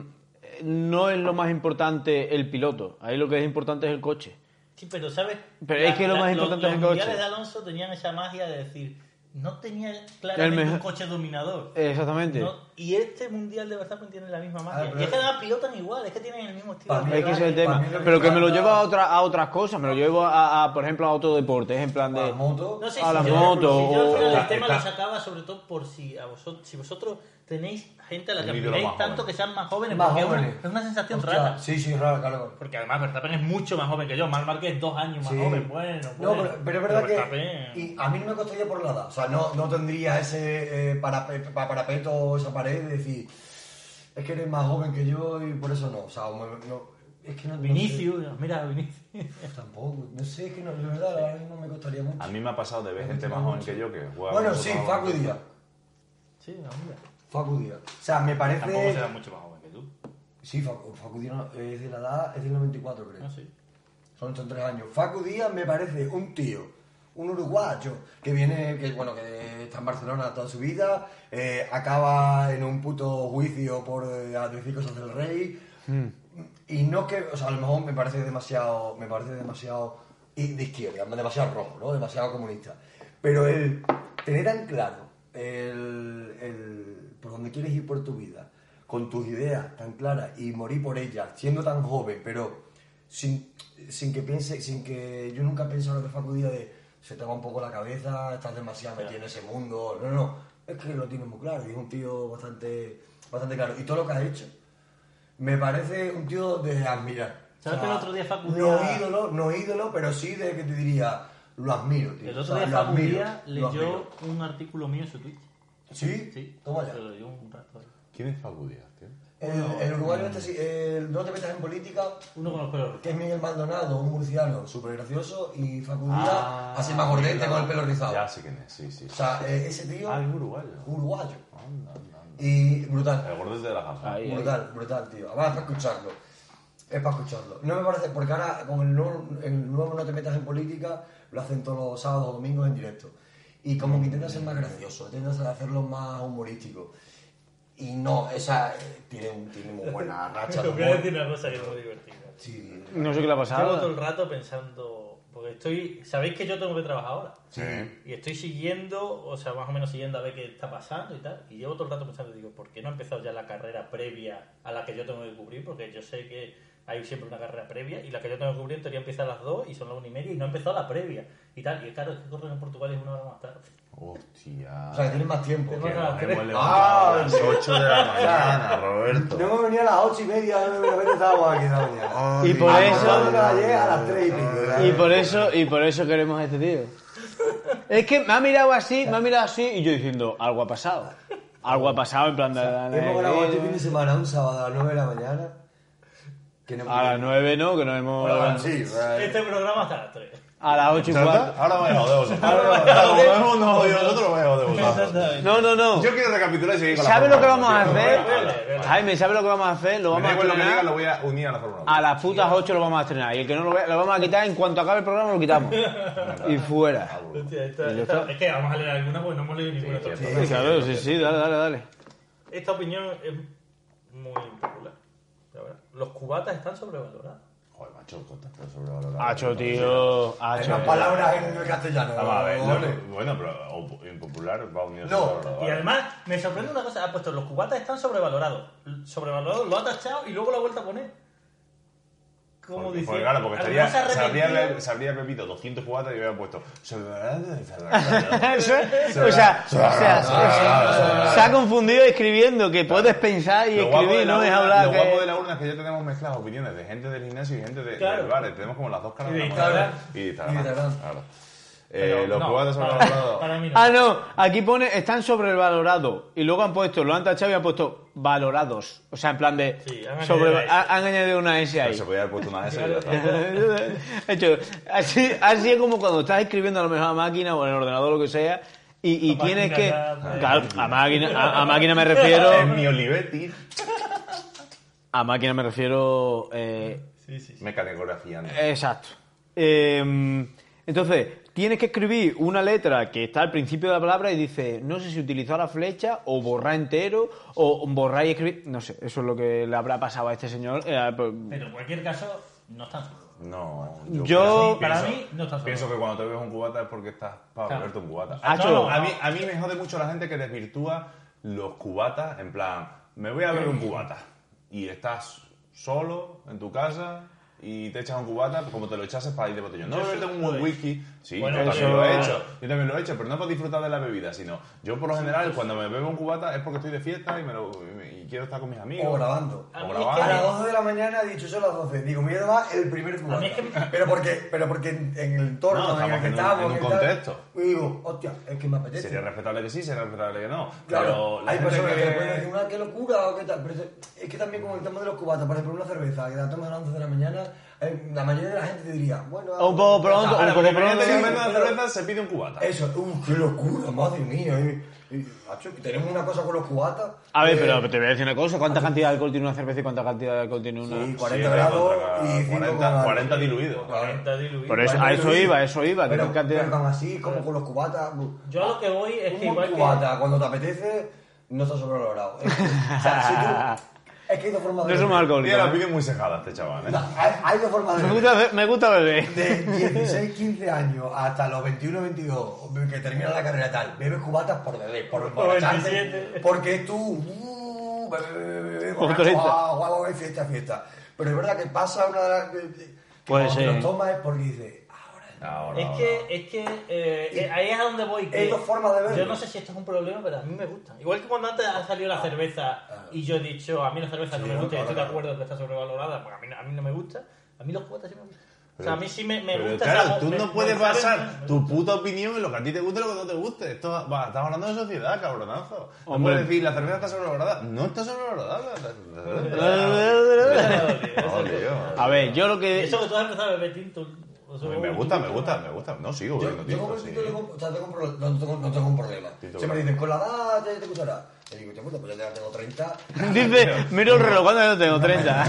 Speaker 1: no es lo más importante el piloto, ahí lo que es importante es el coche.
Speaker 2: Sí, pero ¿sabes?
Speaker 1: Pero es que lo más importante
Speaker 2: los,
Speaker 1: es el
Speaker 2: los
Speaker 1: coche.
Speaker 2: mundiales de Alonso tenían esa magia de decir, no tenía claramente
Speaker 1: mejor-
Speaker 2: un coche dominador.
Speaker 1: Eh, Exactamente.
Speaker 2: No, y este mundial de Verstappen tiene la misma magia.
Speaker 4: Ah, pero-
Speaker 2: y es que además pilotan igual, es que tienen el mismo estilo.
Speaker 4: Para
Speaker 2: de
Speaker 4: mí
Speaker 1: Es que ese es el tema.
Speaker 2: pilotaje.
Speaker 4: Para mí lo que
Speaker 1: Pero que me lo
Speaker 4: falta-
Speaker 1: llevo a, otra, a otras cosas, me lo llevo a, a, por ejemplo, a otro deporte, es en plan de...
Speaker 4: La moto. ah,
Speaker 2: No sé
Speaker 1: a
Speaker 2: si
Speaker 1: la
Speaker 2: yo-
Speaker 1: moto,
Speaker 2: si yo al
Speaker 1: o-
Speaker 2: final el
Speaker 3: Está-
Speaker 2: tema
Speaker 3: está-
Speaker 2: lo sacaba sobre todo por si, a vosotros, si vosotros tenéis gente a la que
Speaker 3: Un ídolo
Speaker 2: admiráis
Speaker 3: más
Speaker 2: tanto
Speaker 3: joven.
Speaker 2: que sean más jóvenes,
Speaker 4: Más
Speaker 2: porque es una-
Speaker 4: jóvenes.
Speaker 2: es una sensación
Speaker 4: Hostia,
Speaker 2: rara.
Speaker 4: Sí, sí, raro, claro.
Speaker 2: Porque además Verstappen es mucho más joven que yo. Marc Márquez es dos años más
Speaker 4: Sí.
Speaker 2: joven. Bueno,
Speaker 4: No,
Speaker 2: bueno.
Speaker 4: pero, pero es verdad que
Speaker 2: Verstappen-
Speaker 4: y a mí no me costaría por nada. O sea, no, no tendría ese eh, parape- pa- parapeto o esa pared de decir, es que eres más joven que yo y por eso no. O sea, o me- no- es que no. no
Speaker 2: Vinicius, mira, Vinicius.
Speaker 4: sé. tampoco. No sé, es que no, de verdad, ahora mismo me costaría mucho.
Speaker 3: A mí me ha pasado de ver gente más joven que yo que juega.
Speaker 4: bueno,
Speaker 3: mucho
Speaker 4: sí,
Speaker 3: más-
Speaker 4: Facu Díaz.
Speaker 2: Sí, hombre.
Speaker 4: Facu Díaz. O sea, me
Speaker 2: Tampoco será
Speaker 4: parece.
Speaker 2: mucho más joven que tú.
Speaker 4: Sí, Facu, Facu Díaz no- es de la edad, es del 94, creo.
Speaker 2: No sé.
Speaker 4: Son estos tres años. Facu Díaz me parece un tío, un uruguayo, que viene, que bueno, que está en Barcelona toda su vida, eh, acaba en un puto juicio por eh, a decir cosas del rey. Y no que, o sea, a lo mejor me parece demasiado, me parece demasiado i- de izquierda, demasiado rojo, ¿no? Demasiado comunista. Pero el tener tan claro el, el por dónde quieres ir por tu vida, con tus ideas tan claras y morir por ellas, siendo tan joven, pero sin, sin que piense, sin que yo nunca he pensado lo que facudía de se te va un poco la cabeza, estás demasiado metido en ese mundo. No, no, es que lo tiene muy claro y es un tío bastante, bastante claro. Y todo lo que ha hecho, me parece un tío de admirar.
Speaker 2: ¿Sabes que el otro día Facu
Speaker 4: No
Speaker 2: Díaz-
Speaker 4: ídolo, no ídolo, pero sí de que te diría, lo admiro, tío.
Speaker 2: El
Speaker 4: O
Speaker 2: otro
Speaker 4: sea,
Speaker 2: día
Speaker 4: lo
Speaker 2: Facu
Speaker 4: admiro,
Speaker 2: Díaz
Speaker 4: lo
Speaker 2: leyó
Speaker 4: admiro.
Speaker 2: un artículo mío en su Twitch.
Speaker 4: ¿Sí?
Speaker 2: Sí.
Speaker 4: Toma ya.
Speaker 2: Se lo leyó un rato. ahí.
Speaker 3: ¿Quién es Facu Díaz, tío?
Speaker 4: El, el
Speaker 2: Mm.
Speaker 4: uruguayo este sí, el no te metas en política,
Speaker 2: Uno con los pelos
Speaker 4: que
Speaker 2: rizados.
Speaker 4: es Miguel Maldonado, un murciano súper gracioso, y Facu Díaz,
Speaker 3: Ah,
Speaker 4: así más gordete, este con el pelo rizado.
Speaker 3: Ya sé quién es, sí, sí.
Speaker 4: O sea, eh, ese tío,
Speaker 3: Ah, es uruguayo.
Speaker 4: uruguayo.
Speaker 3: Anda, anda, anda.
Speaker 4: Y brutal.
Speaker 3: El gordo es de la gafa.
Speaker 1: Ahí, ahí.
Speaker 4: Brutal, brutal, tío. Además, para escucharlo. Es para escucharlo. No me parece, porque ahora con el nuevo, el nuevo No te metas en política, lo hacen todos los sábados o domingos en directo. Y como que intenta ser más gracioso, intenta hacerlo más humorístico. Y no, esa eh, tiene, un- tiene muy buena racha. de
Speaker 2: Te voy a
Speaker 4: humor.
Speaker 2: decir una cosa que es muy divertida.
Speaker 4: Sí.
Speaker 1: No sé qué le ha
Speaker 2: Llevo todo el
Speaker 1: pasado.
Speaker 2: rato pensando, porque estoy, sabéis que yo tengo que trabajar ahora.
Speaker 3: Sí.
Speaker 2: Y estoy siguiendo, o sea, más o menos siguiendo a ver qué está pasando y tal. Y llevo todo el rato pensando, digo, ¿por qué no ha empezado ya la carrera previa a la que yo tengo que cubrir? Porque yo sé que hay siempre una carrera previa y la que yo tengo que cubrir en teoría empieza a las 2 y son las 1 y media y no ha empezado la previa y tal. Y claro, es que corren en Portugal es una hora más tarde.
Speaker 3: Hostia.
Speaker 4: O sea, que tienes más tiempo.
Speaker 2: Tengo
Speaker 3: que
Speaker 2: más-
Speaker 3: nos hemos levantado
Speaker 4: Ah,
Speaker 3: a las 8 de la mañana,
Speaker 4: No
Speaker 3: Roberto.
Speaker 4: hemos venido a las ocho y media, no me venido, estábamos aquí esta mañana.
Speaker 1: Y por
Speaker 4: A
Speaker 1: eso...
Speaker 4: nosotros ayer a las tres y pico.
Speaker 1: Y por eso, y por eso queremos a este tío. Es que me ha mirado así, me ha mirado así y yo diciendo, algo ha pasado. Algo ha pasado en plan de...
Speaker 3: Eh,
Speaker 4: Hemos grabado este fin de semana, un sábado a las 9 de la mañana. Que no
Speaker 1: a las 9 no, que nos hemos...
Speaker 4: Bueno, sí, eh,
Speaker 2: Este programa está a las 3.
Speaker 1: A las 8 y cuarto.
Speaker 3: Ahora me jodeo vosotros. Ahora me jodeo uno y nosotros me jodeo vosotros.
Speaker 2: Exactamente.
Speaker 1: No, no, no.
Speaker 3: Yo quiero recapitular y seguir con la
Speaker 1: ¿Sabe lo que
Speaker 3: Fórmula
Speaker 1: vamos a
Speaker 3: uno, tío.
Speaker 1: hacer?
Speaker 2: voy a leer, voy a leer.
Speaker 1: Jaime, ¿sabe lo que vamos a hacer? Lo
Speaker 3: Me
Speaker 1: vamos
Speaker 3: da
Speaker 1: a
Speaker 3: igual lo que diga,
Speaker 1: estrenar.
Speaker 3: lo voy a unir a la Fórmula 1.
Speaker 1: A las putas 8 lo vamos a estrenar. Y el que no lo vea, lo vamos a quitar en cuanto acabe el programa, lo quitamos. Y fuera.
Speaker 2: Hostia, esta-
Speaker 1: Y ya
Speaker 2: esta-
Speaker 1: está.
Speaker 2: es que vamos a leer alguna porque no hemos leído ninguna otra.
Speaker 3: sí,
Speaker 1: Sí, claro, sí, sí, dale, dale, dale.
Speaker 2: Esta opinión es muy popular. la verdad. Los cubatas están sobrevalorados.
Speaker 3: Joder, macho, contacto sobrevalorado.
Speaker 1: Hacho, tío. Hacho.
Speaker 4: Las palabras en castellano.
Speaker 3: Vamos a ver,
Speaker 4: ¿vale?
Speaker 3: no, bueno, pero op- impopular va unido
Speaker 4: No,
Speaker 3: sobrevalorado.
Speaker 2: Y además, me sorprende una cosa. Ha puesto, los cubatas están sobrevalorados. Sobrevalorados, lo ha tachado y luego lo ha vuelto a poner. como
Speaker 3: porque,
Speaker 2: diciendo.
Speaker 3: porque, claro, porque
Speaker 2: a lo
Speaker 3: estaría,
Speaker 2: mejor se
Speaker 3: se, habría,
Speaker 2: arrepintió.
Speaker 3: be- se habría bebido 200 cubatas y hubiera puesto. "Se habrá de- se habrá
Speaker 1: o
Speaker 3: de-".
Speaker 1: sea, o sea, o sea, se ha confundido escribiendo, que puedes pensar y
Speaker 3: Lo guapo de
Speaker 1: escribir,
Speaker 3: la
Speaker 1: no es
Speaker 3: urna-
Speaker 1: hablar.
Speaker 3: Lo
Speaker 1: que-
Speaker 3: guapo de la urna es que ya tenemos mezcladas opiniones de gente del gimnasio y gente de,
Speaker 2: Claro.
Speaker 3: del bar. Tenemos como las dos caras
Speaker 2: Y de
Speaker 3: la moneda.
Speaker 2: Instagram.
Speaker 3: Y de
Speaker 4: Y de
Speaker 3: Instagram.
Speaker 4: Instagram.
Speaker 3: Claro.
Speaker 2: Pero
Speaker 3: Eh, los
Speaker 2: no,
Speaker 3: cubatas son
Speaker 2: para-
Speaker 3: valorados.
Speaker 2: Para mí no.
Speaker 1: Ah, no, aquí pone, están sobrevalorados. Y luego han puesto, lo han tachado y han puesto valorados. O sea, en plan de.
Speaker 2: Sí, han
Speaker 1: sobre-
Speaker 2: añadido una S.
Speaker 1: ha- han añadido una S
Speaker 3: Pero
Speaker 1: ahí.
Speaker 3: se podía haber puesto una de esas y ya está.
Speaker 1: He hecho, así, así es como cuando estás escribiendo a lo mejor a máquina o en el ordenador o lo que sea. Y, y
Speaker 2: A
Speaker 1: tienes
Speaker 2: máquina
Speaker 1: que.
Speaker 2: ya, pues.
Speaker 1: Claro, a máquina, a, a máquina me refiero.
Speaker 3: En mi Olivetti
Speaker 1: A máquina me refiero. eh,
Speaker 2: Sí, sí, sí.
Speaker 3: me categografiando.
Speaker 1: Exacto. Eh, entonces, tienes que escribir una letra que está al principio de la palabra y dice, no sé si utilizó la flecha o borrar entero o borrar y escribir. No sé, eso es lo que le habrá pasado a este señor. Eh, pues,
Speaker 2: Pero en cualquier caso, no están solos.
Speaker 3: No,
Speaker 1: Yo-
Speaker 2: para mí, no está solo.
Speaker 3: Pienso que cuando te bebes un cubata es porque estás para
Speaker 2: Claro.
Speaker 3: beberte un cubata.
Speaker 1: Ah,
Speaker 2: No, no,
Speaker 3: A mí, a mí me jode mucho la gente que desvirtúa los cubatas. En plan, me voy a beber un cubata. Y estás solo en tu casa y te echas un cubata, pues como te lo echases para ir de botellón. No
Speaker 2: Yo
Speaker 3: beberte
Speaker 2: sí
Speaker 3: un
Speaker 2: lo he
Speaker 3: buen whisky. Sí,
Speaker 2: Bueno,
Speaker 3: yo también
Speaker 2: eso-
Speaker 3: lo he hecho. Yo también lo he hecho, pero no para disfrutar de la bebida, sino yo por lo
Speaker 4: pues.
Speaker 3: general cuando me bebo un cubata es porque estoy de fiesta y, me lo- y me- y quiero estar con mis amigos.
Speaker 4: O grabando.
Speaker 2: A mí
Speaker 3: O
Speaker 2: es
Speaker 3: grabando.
Speaker 2: que
Speaker 4: A las 12 de la mañana, dicho son las 12. Digo, me voy a tomar el primer
Speaker 2: A
Speaker 4: cubata.
Speaker 2: mí es que-
Speaker 4: Pero porque, pero porque en, en el entorno
Speaker 3: No,
Speaker 4: en el
Speaker 3: estamos
Speaker 4: que
Speaker 3: en
Speaker 4: estamos.
Speaker 3: un- en un
Speaker 4: que tal,
Speaker 3: contexto.
Speaker 4: Y digo, hostia, es que me apetece.
Speaker 3: Sería respetable que sí, sería respetable que no.
Speaker 4: Claro,
Speaker 3: pero la
Speaker 4: hay
Speaker 3: gente
Speaker 4: personas que,
Speaker 3: que-
Speaker 4: te pueden decir, una qué locura o qué tal, pero es- es que también como el tema de los cubatas, por ejemplo, una cerveza que la tomas a las 11 de la mañana, eh, la mayoría de la gente te diría, bueno...
Speaker 1: Un poco
Speaker 3: Ah,
Speaker 1: pronto,
Speaker 4: ahora,
Speaker 1: un poco
Speaker 4: pero-
Speaker 1: pronto.
Speaker 3: Imagínate que
Speaker 4: sí,
Speaker 3: venden una
Speaker 4: pero-
Speaker 3: cerveza, se pide un cubata.
Speaker 4: Eso, uh, qué locura, madre mía. eh. Eh, macho, que tenemos una cosa con los cubatas.
Speaker 1: a ver,
Speaker 4: eh,
Speaker 1: pero te voy a decir una cosa.
Speaker 2: Ah.
Speaker 1: ¿Cuánta cantidad de alcohol tiene una cerveza y cuánta cantidad de alcohol tiene una...?
Speaker 4: Sí,
Speaker 3: Sí,
Speaker 4: 40
Speaker 3: contra
Speaker 4: grados
Speaker 3: ca-
Speaker 4: y 5
Speaker 3: 40, 40 diluido.
Speaker 2: 40 diluidos.
Speaker 1: Por eso, a eso iba, a eso iba.
Speaker 4: Pero,
Speaker 1: tiene cantidad-
Speaker 4: pero aún así, como con los cubatas... uh,
Speaker 2: Yo a lo que voy es
Speaker 4: un
Speaker 2: que
Speaker 4: buen
Speaker 2: igual que-
Speaker 4: cubata, cuando te apetece, no está sobrevalorado. Es que, o sea, si tú- es que hay dos formas de...
Speaker 1: No somos
Speaker 3: Tía,
Speaker 4: beber.
Speaker 3: la
Speaker 1: alcohólicos. ¿eh?
Speaker 3: pide muy cejada este chaval, ¿eh?
Speaker 4: Hay, hay dos formas de...
Speaker 1: Me
Speaker 4: beber.
Speaker 1: gusta, be- me gusta beber.
Speaker 4: de 16, 15 años hasta los 21, 22, que termina la carrera tal, bebes cubatas por beber, por emborracharte,
Speaker 2: 27.
Speaker 4: porque tú, uh, bebe, bebe, bebe,
Speaker 1: Por
Speaker 4: borracho,
Speaker 1: treinta.
Speaker 4: guau, guau, guau, fiesta, fiesta. Pero es verdad que pasa una de las... que- que
Speaker 1: Puede
Speaker 4: cuando te
Speaker 1: ser.
Speaker 4: lo tomas es porque dices, ahora...
Speaker 3: Ahora,
Speaker 2: Es
Speaker 3: ahora.
Speaker 2: que, es que eh, eh, ahí es a donde voy. que
Speaker 4: Hay dos formas de verlo.
Speaker 2: Yo no sé si esto es un problema, pero a mí me gusta. Igual que cuando antes ha salido la cerveza y yo he dicho, a mí la cerveza no
Speaker 4: Sí,
Speaker 2: me gusta, y
Speaker 4: claro,
Speaker 2: estoy de
Speaker 4: claro.
Speaker 2: acuerdo que está sobrevalorada, porque a mí, no- a mí no me gusta. A mí los cubatas sí me gustan. O sea,
Speaker 3: Pero-
Speaker 2: a mí sí me, me
Speaker 3: Pero
Speaker 2: gusta.
Speaker 3: claro,
Speaker 2: esa-
Speaker 3: tú
Speaker 2: me- me
Speaker 3: no puedes
Speaker 2: sabe-
Speaker 3: basar tu puta opinión en lo que a ti te gusta y lo que no te guste. Esto, va, estamos hablando de sociedad, cabronazo. No
Speaker 1: Hombre.
Speaker 3: puedes decir, la cerveza está sobrevalorada. No está sobrevalorada. No, tío.
Speaker 1: A ver, yo lo
Speaker 2: Y
Speaker 1: que...
Speaker 2: Eso que tú has empezado a beber tinto. o sea,
Speaker 3: Me gusta, me gusta, me gusta. No, sigo
Speaker 4: Yo,
Speaker 3: bebiendo
Speaker 4: yo con
Speaker 3: tinto,
Speaker 4: el
Speaker 3: sí.
Speaker 4: Tito le compro- o sea, tengo un pro- no, no tengo, no tengo un problema.
Speaker 3: Tito Blanco.
Speaker 4: Siempre dicen, con la edad ya te gustará. Le digo, te puta, pues ya tengo 30.
Speaker 1: Dice, miro el reloj, ¿cuándo yo tengo? 30.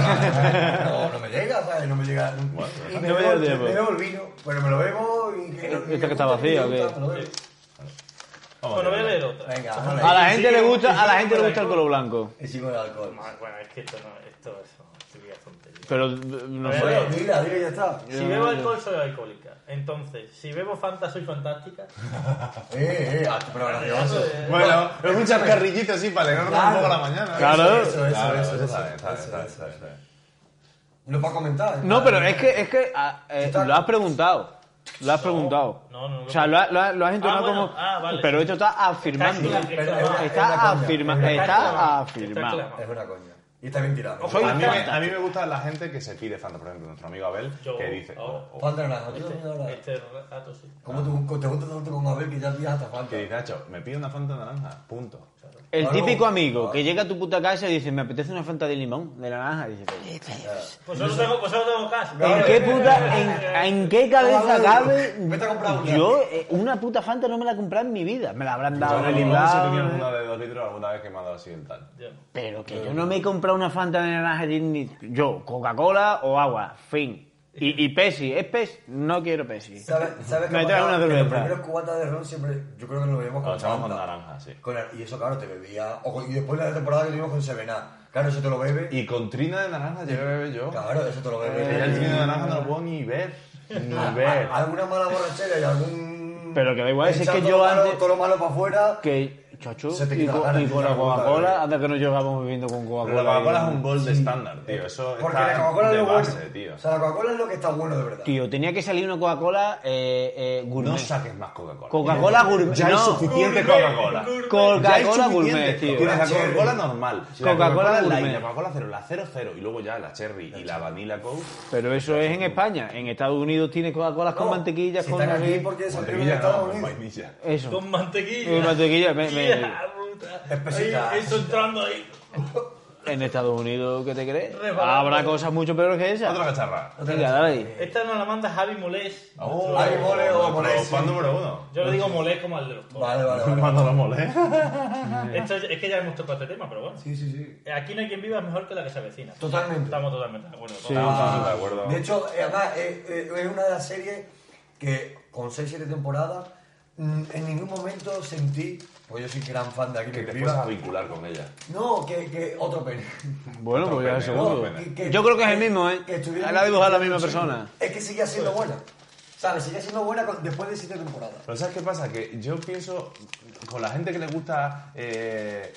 Speaker 4: No, no me llega, ¿sabes? No me llega.
Speaker 3: Bueno,
Speaker 4: Y
Speaker 1: no
Speaker 4: me,
Speaker 1: me
Speaker 4: bebo,
Speaker 1: llega el
Speaker 4: el-
Speaker 1: tiempo.
Speaker 4: me bebo el vino, pero me lo bebo y que no.
Speaker 1: Esto
Speaker 4: y me
Speaker 1: que está
Speaker 4: gusta,
Speaker 1: vacío,
Speaker 4: me
Speaker 1: ¿o qué?
Speaker 4: gusta, me lo bebo.
Speaker 3: Vamos,
Speaker 2: Bueno, voy a
Speaker 3: tío.
Speaker 2: leer otra.
Speaker 4: Venga,
Speaker 1: A
Speaker 4: vale.
Speaker 1: la gente le gusta, a la gente le gusta el color blanco.
Speaker 4: Y sigo el alcohol.
Speaker 2: Bueno, es que esto no, esto es esto ya es tontería.
Speaker 1: Pero no
Speaker 2: Pero-
Speaker 1: sé.
Speaker 4: Pues Bueno, dila, dila y ya está. Eh,
Speaker 2: Si bebo alcohol, soy alcohólica. Entonces, si bebo Fanta, soy fantástica.
Speaker 4: Eh, eh, ah, pero gracioso.
Speaker 3: Bueno, es un chascarrillito así para alegrarnos un
Speaker 4: Claro.
Speaker 3: poco la mañana. ¿eh?
Speaker 1: Claro.
Speaker 4: Eso, eso,
Speaker 3: Claro,
Speaker 4: eso, eso,
Speaker 3: está bien, está bien,
Speaker 4: eso,
Speaker 3: está bien,
Speaker 4: eso,
Speaker 3: está bien.
Speaker 4: Lo va a comentar. ¿eh?
Speaker 1: No, pero es que, es que ah, eh,
Speaker 4: Está-
Speaker 1: lo has preguntado. Lo has preguntado.
Speaker 2: no, no, no.
Speaker 1: O sea, lo, ha- lo ha- lo has entonado
Speaker 2: Ah, bueno,
Speaker 1: como.
Speaker 2: ah, vale.
Speaker 1: Pero esto está afirmando.
Speaker 2: Está-
Speaker 4: Pero es una- es una
Speaker 1: Está
Speaker 4: coña,
Speaker 1: afirmando.
Speaker 4: es una
Speaker 1: Está
Speaker 2: clavado,
Speaker 1: afirmando.
Speaker 2: está
Speaker 4: coña, Es una coña. Y está bien tirado.
Speaker 2: Ojo.
Speaker 3: A mí, me,
Speaker 2: Fanta.
Speaker 3: a mí me gusta la gente que se pide Fanta, por ejemplo, nuestro amigo Abel,
Speaker 2: Yo,
Speaker 3: que dice...
Speaker 2: ahora.
Speaker 3: o- o-
Speaker 4: Juan de Naranjo, ¿tú también
Speaker 2: Este,
Speaker 4: ahora?
Speaker 2: este rato sí.
Speaker 4: ¿Cómo te gusta- te gusta tanto con Abel que ya tiras hasta Juan?
Speaker 3: que dice, Nacho, me pide una Fanta naranja, punto.
Speaker 1: El
Speaker 4: Claro.
Speaker 1: típico amigo que llega a tu puta casa y dice, me apetece una fanta de limón, de naranja. Y dice,
Speaker 2: Pues solo tengo, pues solo tengo cash. Eh,
Speaker 1: ¿en qué puta, en, en qué cabeza
Speaker 4: Vale.
Speaker 1: cabe?
Speaker 4: Vete a comprar una.
Speaker 1: Yo, eh, una puta fanta no me la he comprado en mi vida. Me la habrán
Speaker 3: Yo
Speaker 1: dado.
Speaker 3: me
Speaker 1: en el
Speaker 3: limón, si tú
Speaker 1: lado,
Speaker 3: tienes
Speaker 1: eh.
Speaker 3: una de dos litros, alguna vez que me ha dado así el tal.
Speaker 2: Ya.
Speaker 1: Pero que yo no me he comprado una Fanta de naranja gin ni... Yo, Coca-Cola o agua, fin. Y, y Pepsi, ¿es Pepsi? No quiero Pepsi.
Speaker 4: ¿Sabes sabe
Speaker 1: Me trae una cerveza.
Speaker 4: Los primeros cubatas de ron siempre, yo creo que nos bebíamos
Speaker 3: Lo
Speaker 4: con
Speaker 3: echamos con
Speaker 4: Fanta.
Speaker 3: naranja, sí.
Speaker 4: Con la- y eso, claro, te bebía. O con- y después la temporada que tuvimos con Sevena. Claro, eso te lo bebe.
Speaker 3: Y con trina de naranja llegué a beber yo.
Speaker 4: Claro, eso te lo
Speaker 3: Que ya el
Speaker 4: bebe.
Speaker 3: trino de naranja no lo puedo ni ver. Ni ver.
Speaker 4: Alguna mala borrachera y algún.
Speaker 1: Pero que da igual, si es
Speaker 4: echar
Speaker 1: que
Speaker 4: todo
Speaker 1: yo
Speaker 4: lo malo-
Speaker 1: antes-
Speaker 4: Todo lo malo para afuera.
Speaker 1: Que Chacho,
Speaker 4: Se te
Speaker 1: y,
Speaker 4: quita la
Speaker 1: co-
Speaker 4: gana,
Speaker 1: y
Speaker 4: te
Speaker 1: con
Speaker 4: quita
Speaker 1: la
Speaker 4: la gana,
Speaker 1: Coca-Cola,
Speaker 4: ¿verdad?
Speaker 1: hasta que nos llevamos bebiendo con
Speaker 3: Pero la
Speaker 1: Coca-Cola.
Speaker 3: Coca-Cola es un gol de estándar, tío. Eso
Speaker 4: Porque
Speaker 3: está
Speaker 4: la Coca-Cola es
Speaker 3: de
Speaker 4: lo
Speaker 3: base,
Speaker 4: bueno.
Speaker 3: tío.
Speaker 4: O sea, la Coca-Cola es lo que está bueno de verdad.
Speaker 1: Tío, tenía que salir una Coca-Cola eh, eh, gourmet.
Speaker 3: No saques más Coca-Cola.
Speaker 1: Coca-Cola gourmet.
Speaker 3: Ya
Speaker 1: no.
Speaker 3: hay suficiente
Speaker 2: Gourmet,
Speaker 3: Coca-Cola.
Speaker 2: gourmet.
Speaker 3: Ya hay
Speaker 1: Coca-Cola
Speaker 3: suficiente.
Speaker 1: gourmet, tío.
Speaker 3: Tienes la
Speaker 4: Cherry.
Speaker 3: Coca-Cola normal, la
Speaker 1: Coca-Cola
Speaker 3: Coca-Cola light,
Speaker 1: gourmet.
Speaker 3: la Coca-Cola cero, la 00 y luego ya la cherry y la vanilla coke.
Speaker 1: Pero eso es en España. En Estados Unidos tiene Coca-Cola con
Speaker 4: No,
Speaker 1: mantequilla,
Speaker 4: si
Speaker 1: con
Speaker 4: están
Speaker 1: no
Speaker 4: aquí
Speaker 1: sé-
Speaker 4: porque salieron de
Speaker 3: Mantequilla
Speaker 4: Estados
Speaker 3: no,
Speaker 4: Unidos.
Speaker 3: vainilla.
Speaker 1: Eso.
Speaker 2: Con mantequilla.
Speaker 1: Con mantequilla, me- me-
Speaker 2: Ya, puta.
Speaker 4: Espesita,
Speaker 2: Ahí, Eso entrando ahí.
Speaker 1: En Estados Unidos, ¿qué te crees?
Speaker 2: Rebalado.
Speaker 1: Habrá cosas mucho peores que
Speaker 3: Otra
Speaker 1: esas.
Speaker 3: cacharra.
Speaker 1: Venga, dale ahí.
Speaker 2: Esta nos la manda Javi Molés.
Speaker 3: Oh,
Speaker 4: Ay, oh. mole, oh, mole,
Speaker 3: nuestro
Speaker 4: sí.
Speaker 3: fan número uno.
Speaker 2: Yo le digo Molés como al de los pobres.
Speaker 4: Vale, vale, vale.
Speaker 3: Manda la mole.
Speaker 2: Esto es, es que ya hemos tocado este tema, pero bueno.
Speaker 4: Sí, sí, sí.
Speaker 2: Aquí no hay quien viva mejor que la que se avecina.
Speaker 4: Totalmente.
Speaker 2: Estamos totalmente de acuerdo.
Speaker 3: Estamos de acuerdo.
Speaker 4: Ah, De hecho, eh, además, eh, eh, es una de las series que con 6-7 temporadas mm, en ningún momento sentí, pues yo soy gran fan de aquí
Speaker 3: Que
Speaker 4: que
Speaker 3: te
Speaker 4: viva.
Speaker 3: puedes a vincular con ella.
Speaker 4: No, que, que otro pene.
Speaker 1: Bueno,
Speaker 3: Otro
Speaker 1: pues ya
Speaker 3: pene,
Speaker 1: el segundo.
Speaker 3: otro pene.
Speaker 1: Yo creo que es el mismo, ¿eh?
Speaker 4: que estuviera-
Speaker 1: La ha dibujado la misma persona.
Speaker 4: Es que sigue siendo buena. ¿Sabes? Sigue siendo buena con- después de 7 temporadas.
Speaker 3: Pero ¿sabes qué pasa? Que yo pienso, con la gente que le gusta... eh,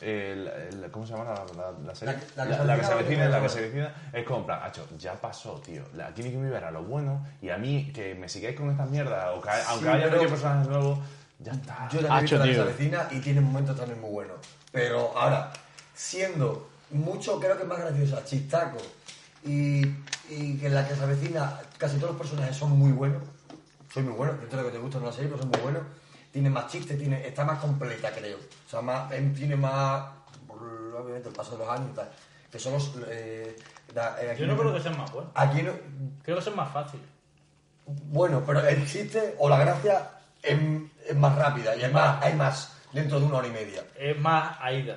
Speaker 3: el- el- ¿Cómo se llama la, la- la serie?
Speaker 4: La que- la que se
Speaker 3: se
Speaker 4: avecina,
Speaker 3: avecina, la
Speaker 4: la
Speaker 3: que
Speaker 4: que
Speaker 3: se avecina. Es como, en plan, "Acho, ya pasó, tío. La- Aquí ni que me verá lo bueno. Y a mí, que me sigáis con estas mierdas, o que- aunque haya
Speaker 4: pero-
Speaker 3: metido personajes nuevos, ya está.
Speaker 4: Yo
Speaker 1: Ah,
Speaker 4: también he visto
Speaker 1: tío.
Speaker 4: la Casa vecina y tiene momentos también muy buenos. Pero ahora, siendo mucho, creo que más graciosa, Chistaco y, y que en la casa vecina casi todos los personajes son muy buenos. Soy muy bueno, dentro de lo que te gusta no la serie, pero son muy buenos. Tiene más chistes, tiene, está más completa, creo. O sea, más, em, tiene más. Obviamente, el paso de los años y tal. Que son los. eh, da- eh, aquí
Speaker 2: Yo no creo que sean más buenos.
Speaker 4: Aquí no,
Speaker 2: Creo que son más fáciles.
Speaker 4: bueno, pero el chiste o la gracia es, es más rápida y además hay más dentro de una hora y media.
Speaker 2: Es más Aida.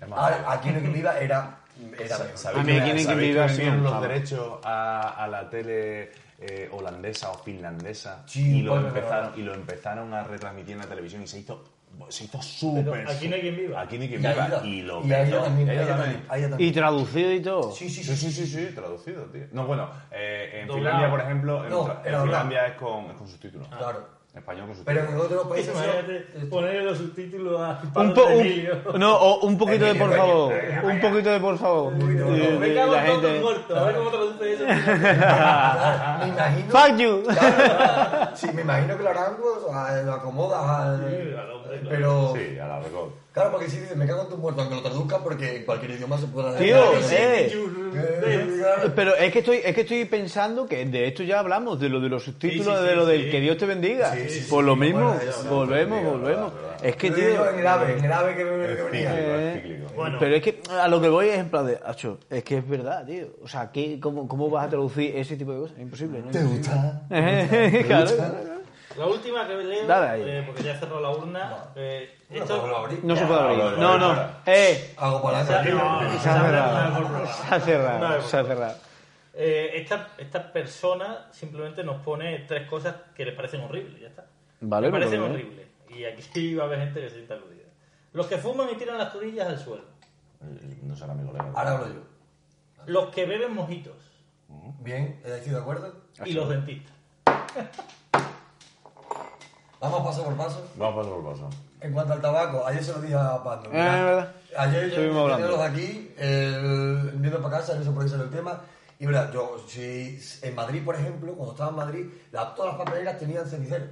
Speaker 3: Es más,
Speaker 4: Ahora, aquí en Viva era. era
Speaker 3: ¿Sabéis
Speaker 1: A mí
Speaker 3: que-
Speaker 1: aquí en
Speaker 3: sabéis
Speaker 1: Equilibrio
Speaker 3: que
Speaker 1: ha sido
Speaker 3: vendieron
Speaker 1: un
Speaker 3: los
Speaker 1: favor.
Speaker 3: derechos a, a la tele eh, holandesa o finlandesa
Speaker 4: Sí,
Speaker 3: y, lo
Speaker 4: bueno,
Speaker 3: empezaron,
Speaker 4: pero-
Speaker 3: y lo empezaron a retransmitir en la televisión y se hizo se hizo súper
Speaker 2: Pero aquí no hay quien viva.
Speaker 3: aquí no hay quien
Speaker 4: Y a
Speaker 3: viva
Speaker 4: Aida.
Speaker 3: y lo
Speaker 4: Y a ella
Speaker 3: petó.
Speaker 4: también.
Speaker 3: Y
Speaker 4: a
Speaker 3: a ella
Speaker 4: ella
Speaker 3: también.
Speaker 4: también, a ella
Speaker 1: Y
Speaker 4: también.
Speaker 1: traducido y todo.
Speaker 4: Sí, sí,
Speaker 3: Sí,
Speaker 4: sí.
Speaker 3: sí, sí, sí, traducido, tío. No, bueno, eh, en
Speaker 2: Doblado.
Speaker 3: Finlandia, por ejemplo, en,
Speaker 4: No,
Speaker 3: tra- en
Speaker 4: pero Ah.
Speaker 3: Finlandia es con, es con subtítulos.
Speaker 4: Claro.
Speaker 3: Español con
Speaker 4: Pero
Speaker 3: subtítulos.
Speaker 4: en otros países.
Speaker 2: Imagínate
Speaker 4: son- Ah,
Speaker 2: ponerle los subtítulos a
Speaker 1: Un
Speaker 2: Pablo
Speaker 1: po- un-
Speaker 2: Emilio.
Speaker 1: no, o un poquito de por
Speaker 4: Emilio,
Speaker 1: favor.
Speaker 3: venga,
Speaker 1: Un poquito de por favor. Y- y
Speaker 2: Me cago
Speaker 1: la
Speaker 2: en todo
Speaker 1: gente-
Speaker 2: tu muerto. A ver cómo traduce eso.
Speaker 4: Claro, Me imagino.
Speaker 1: Fuck you.
Speaker 4: Claro, sí, me imagino que lo harán, pues, a- lo acomodas
Speaker 2: Sí, al hombre,
Speaker 4: al.
Speaker 2: claro.
Speaker 4: Pero.
Speaker 3: Sí, a la record.
Speaker 4: Claro, porque si dices, me cago en tu muerto, aunque lo traduzcan, porque en cualquier idioma se podrá
Speaker 1: Tío,
Speaker 4: Sí,
Speaker 1: eh.
Speaker 4: eh, claro.
Speaker 1: Pero es que estoy, es que estoy pensando que de esto ya hablamos, de lo de los subtítulos,
Speaker 2: Sí, sí,
Speaker 1: de lo
Speaker 2: sí,
Speaker 1: del
Speaker 2: sí.
Speaker 1: que Dios te bendiga.
Speaker 4: Sí, sí, sí,
Speaker 1: Por lo
Speaker 4: sí,
Speaker 1: mismo,
Speaker 4: bueno, eso,
Speaker 1: volvemos,
Speaker 3: bendiga,
Speaker 1: volvemos.
Speaker 3: verdad, verdad.
Speaker 1: es que
Speaker 4: Yo
Speaker 1: tío.
Speaker 4: digo en grave, en grave que me
Speaker 3: Es
Speaker 4: que
Speaker 3: cíclico,
Speaker 4: venía.
Speaker 3: es
Speaker 1: Eh,
Speaker 3: cíclico.
Speaker 2: Bueno.
Speaker 1: Pero es que a lo que voy es en plan de, acho, es que es verdad, tío. O sea, ¿qué, cómo, ¿cómo vas a traducir ese tipo de cosas? Imposible, ¿no?
Speaker 4: gusta?
Speaker 1: Claro.
Speaker 2: La última que leo,
Speaker 1: Dale ahí.
Speaker 2: eh, porque ya cerró la urna. eh,
Speaker 4: No,
Speaker 2: esto-
Speaker 4: lo abrí.
Speaker 1: No se puede
Speaker 3: Ahora,
Speaker 1: abrir. No,
Speaker 3: ahora,
Speaker 1: no.
Speaker 3: ahora.
Speaker 1: Eh,
Speaker 4: Hago para
Speaker 2: Se ha cerrado.
Speaker 4: adelante.
Speaker 1: se ha
Speaker 2: No,
Speaker 1: cerrado.
Speaker 2: no,
Speaker 1: Se ha
Speaker 2: no, no,
Speaker 1: cerrado.
Speaker 2: no.
Speaker 1: Se ha cerrado.
Speaker 2: Eh, esta, esta persona simplemente nos pone tres cosas que les parecen horribles, ya está.
Speaker 1: Vale,
Speaker 2: Me
Speaker 1: me
Speaker 2: parecen
Speaker 1: parece bien.
Speaker 2: horribles. Y aquí va a haber gente que se sienta aludida. Los que fuman y tiran las colillas al suelo.
Speaker 3: No será mi colega.
Speaker 4: Ahora hablo yo.
Speaker 2: Los que beben mojitos.
Speaker 4: Bien, ¿estáis de acuerdo?
Speaker 2: Y los dentistas.
Speaker 4: Vamos paso por paso.
Speaker 3: Vamos paso por paso.
Speaker 4: En cuanto al tabaco, ayer se lo dije a Pando.
Speaker 1: Eh, verdad.
Speaker 4: Ayer yo
Speaker 1: Estuvimos hablando.
Speaker 4: los aquí, el, viendo para casa, no sé por qué salió el tema. Y mira, yo, si en Madrid, por ejemplo, cuando estaba en Madrid, la- todas las papeleras tenían cenicero.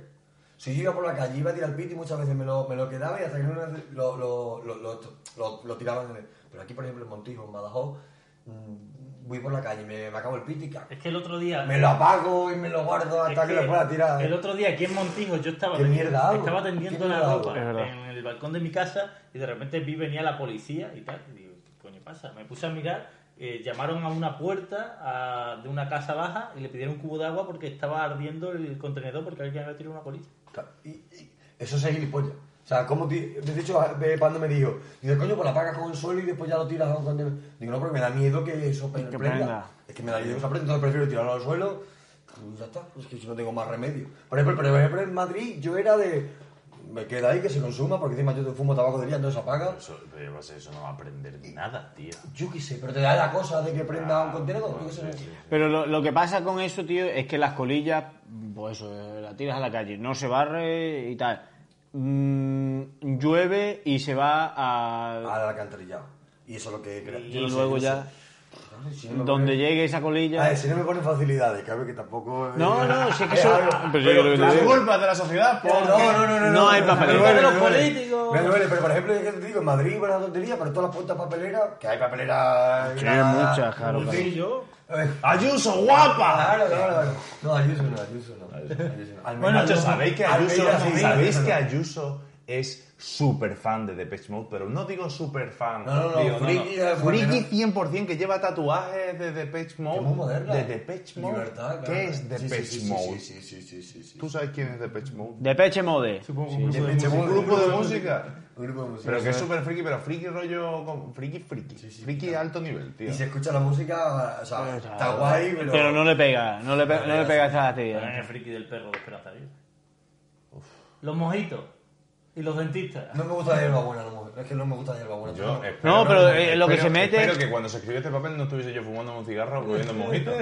Speaker 4: Si yo iba por la calle, iba a tirar el pito y muchas veces me lo, me lo quedaba y hasta que no era- lo, lo, lo, lo, lo- lo tiraban en el- Pero aquí, por ejemplo, en Montijo, en Badajoz, mm, voy por la calle, me, me acabo el pito y cago.
Speaker 2: Es que el otro día.
Speaker 4: Me lo apago y me lo guardo
Speaker 2: es
Speaker 4: hasta que,
Speaker 2: que
Speaker 4: lo pueda tirar. ¿eh?
Speaker 2: El otro día aquí en Montijo yo estaba,
Speaker 4: ¿Qué mierda hago?
Speaker 2: estaba tendiendo
Speaker 4: ¿Qué
Speaker 2: la
Speaker 4: mierda hago?
Speaker 2: ropa
Speaker 1: Es verdad.
Speaker 2: en el balcón de mi casa y de repente vi venía la policía y tal. Y digo, ¿qué coño pasa? Me puse a mirar, eh, llamaron a una puerta a- de una casa baja y le pidieron un cubo de agua porque estaba ardiendo el contenedor porque alguien había tirado una colilla.
Speaker 4: Claro, y- y eso es gilipollas. O sea, como de hecho, eh, Pando me dijo, dice, coño, pues la pagas con el suelo y después ya lo tiras a un contenedor. Digo, no, porque me da miedo que eso prenda.
Speaker 1: que prenda.
Speaker 4: Es que me da miedo que eso prenda, entonces prefiero tirarlo al suelo. Pues ya está, es que yo no tengo más remedio. Por ejemplo, pero, por ejemplo, en Madrid yo era de, me queda ahí que se consuma, porque encima yo te fumo tabaco de día, entonces apaga.
Speaker 3: Eso, pero yo qué sé, eso no va a aprender nada, tío.
Speaker 4: Yo qué sé, pero te da la cosa de que prenda un contenedor. Yo qué sé.
Speaker 1: Pero lo, lo que pasa con eso, tío, es que las colillas, pues eso, eh, la tiras a la calle, no se barre y tal. mm, llueve y se va a...
Speaker 4: al alcantarillado. Y eso es lo que crea.
Speaker 1: y
Speaker 4: Yo no sé,
Speaker 1: luego
Speaker 4: yo
Speaker 1: ya,
Speaker 4: no sé. Ay, si no me
Speaker 1: donde
Speaker 4: ponen-
Speaker 1: llegue esa colilla...
Speaker 4: A ver, si no me ponen facilidades, cabe que tampoco.
Speaker 1: No, no, si es que eso- pero yo creo que
Speaker 3: Las
Speaker 1: te digo.
Speaker 3: culpas de la sociedad, por...
Speaker 4: No, no, no, no, no.
Speaker 1: No hay
Speaker 4: me
Speaker 1: papelera.
Speaker 4: duele,
Speaker 1: De los
Speaker 4: me duele.
Speaker 1: políticos.
Speaker 4: Me duele, pero por ejemplo, es que te digo, en Madrid, para la tontería, pero todas las puertas papeleras, que hay papeleras.
Speaker 1: Que hay
Speaker 4: grandes.
Speaker 1: muchas, claro. claro.
Speaker 2: Yo,
Speaker 4: Eh,
Speaker 3: ¡Ayuso, guapa!
Speaker 4: Claro, claro, claro. No, Ayuso no, Ayuso no. Ayuso no. Almeida-
Speaker 3: Bueno,
Speaker 4: Almeida-
Speaker 3: ¿sabéis que Ayuso,
Speaker 4: Almeida sí,
Speaker 3: ¿sabéis
Speaker 4: Almeida
Speaker 3: que
Speaker 4: no.
Speaker 3: Ayuso es súper fan de Depeche Mode? Pero no digo súper fan.
Speaker 4: No, no, no,
Speaker 3: digo,
Speaker 4: friki, eh, bueno,
Speaker 3: Friki 100% que lleva tatuajes de Depeche Mode.
Speaker 4: Que muy moderna.
Speaker 3: De Depeche Mode.
Speaker 4: Libertad, claro.
Speaker 3: ¿Qué es
Speaker 4: Sí,
Speaker 3: Depeche
Speaker 4: sí, sí,
Speaker 3: Mode?
Speaker 4: Sí, sí, sí, sí, sí.
Speaker 3: ¿Tú sabes quién es Depeche Mode?
Speaker 1: De peche mode.
Speaker 2: supongo que
Speaker 4: Depeche
Speaker 3: un
Speaker 4: Mode,
Speaker 3: grupo de
Speaker 4: un
Speaker 3: música.
Speaker 4: Un grupo de música.
Speaker 3: Pero que es
Speaker 4: ¿sabes?
Speaker 3: súper friki, pero friki rollo... con- Friki, friki. friki de alto nivel, tío.
Speaker 4: Y se escucha la música, o sea, está guay, pero...
Speaker 1: Pero no le pega, no le, pe- no le pega esa
Speaker 2: También
Speaker 1: actividad.
Speaker 2: el friki del perro de Esperanza Aguirre. Los mojitos y los dentistas.
Speaker 4: No me gusta la hierba buena, no, es que no me gusta la hierba buena.
Speaker 3: Yo
Speaker 4: no.
Speaker 3: espero-
Speaker 1: No, pero, eh, lo que
Speaker 3: espero-
Speaker 1: se mete-
Speaker 3: Espero que cuando se escribió este papel no estuviese yo fumando un cigarro o bebiendo mojitos.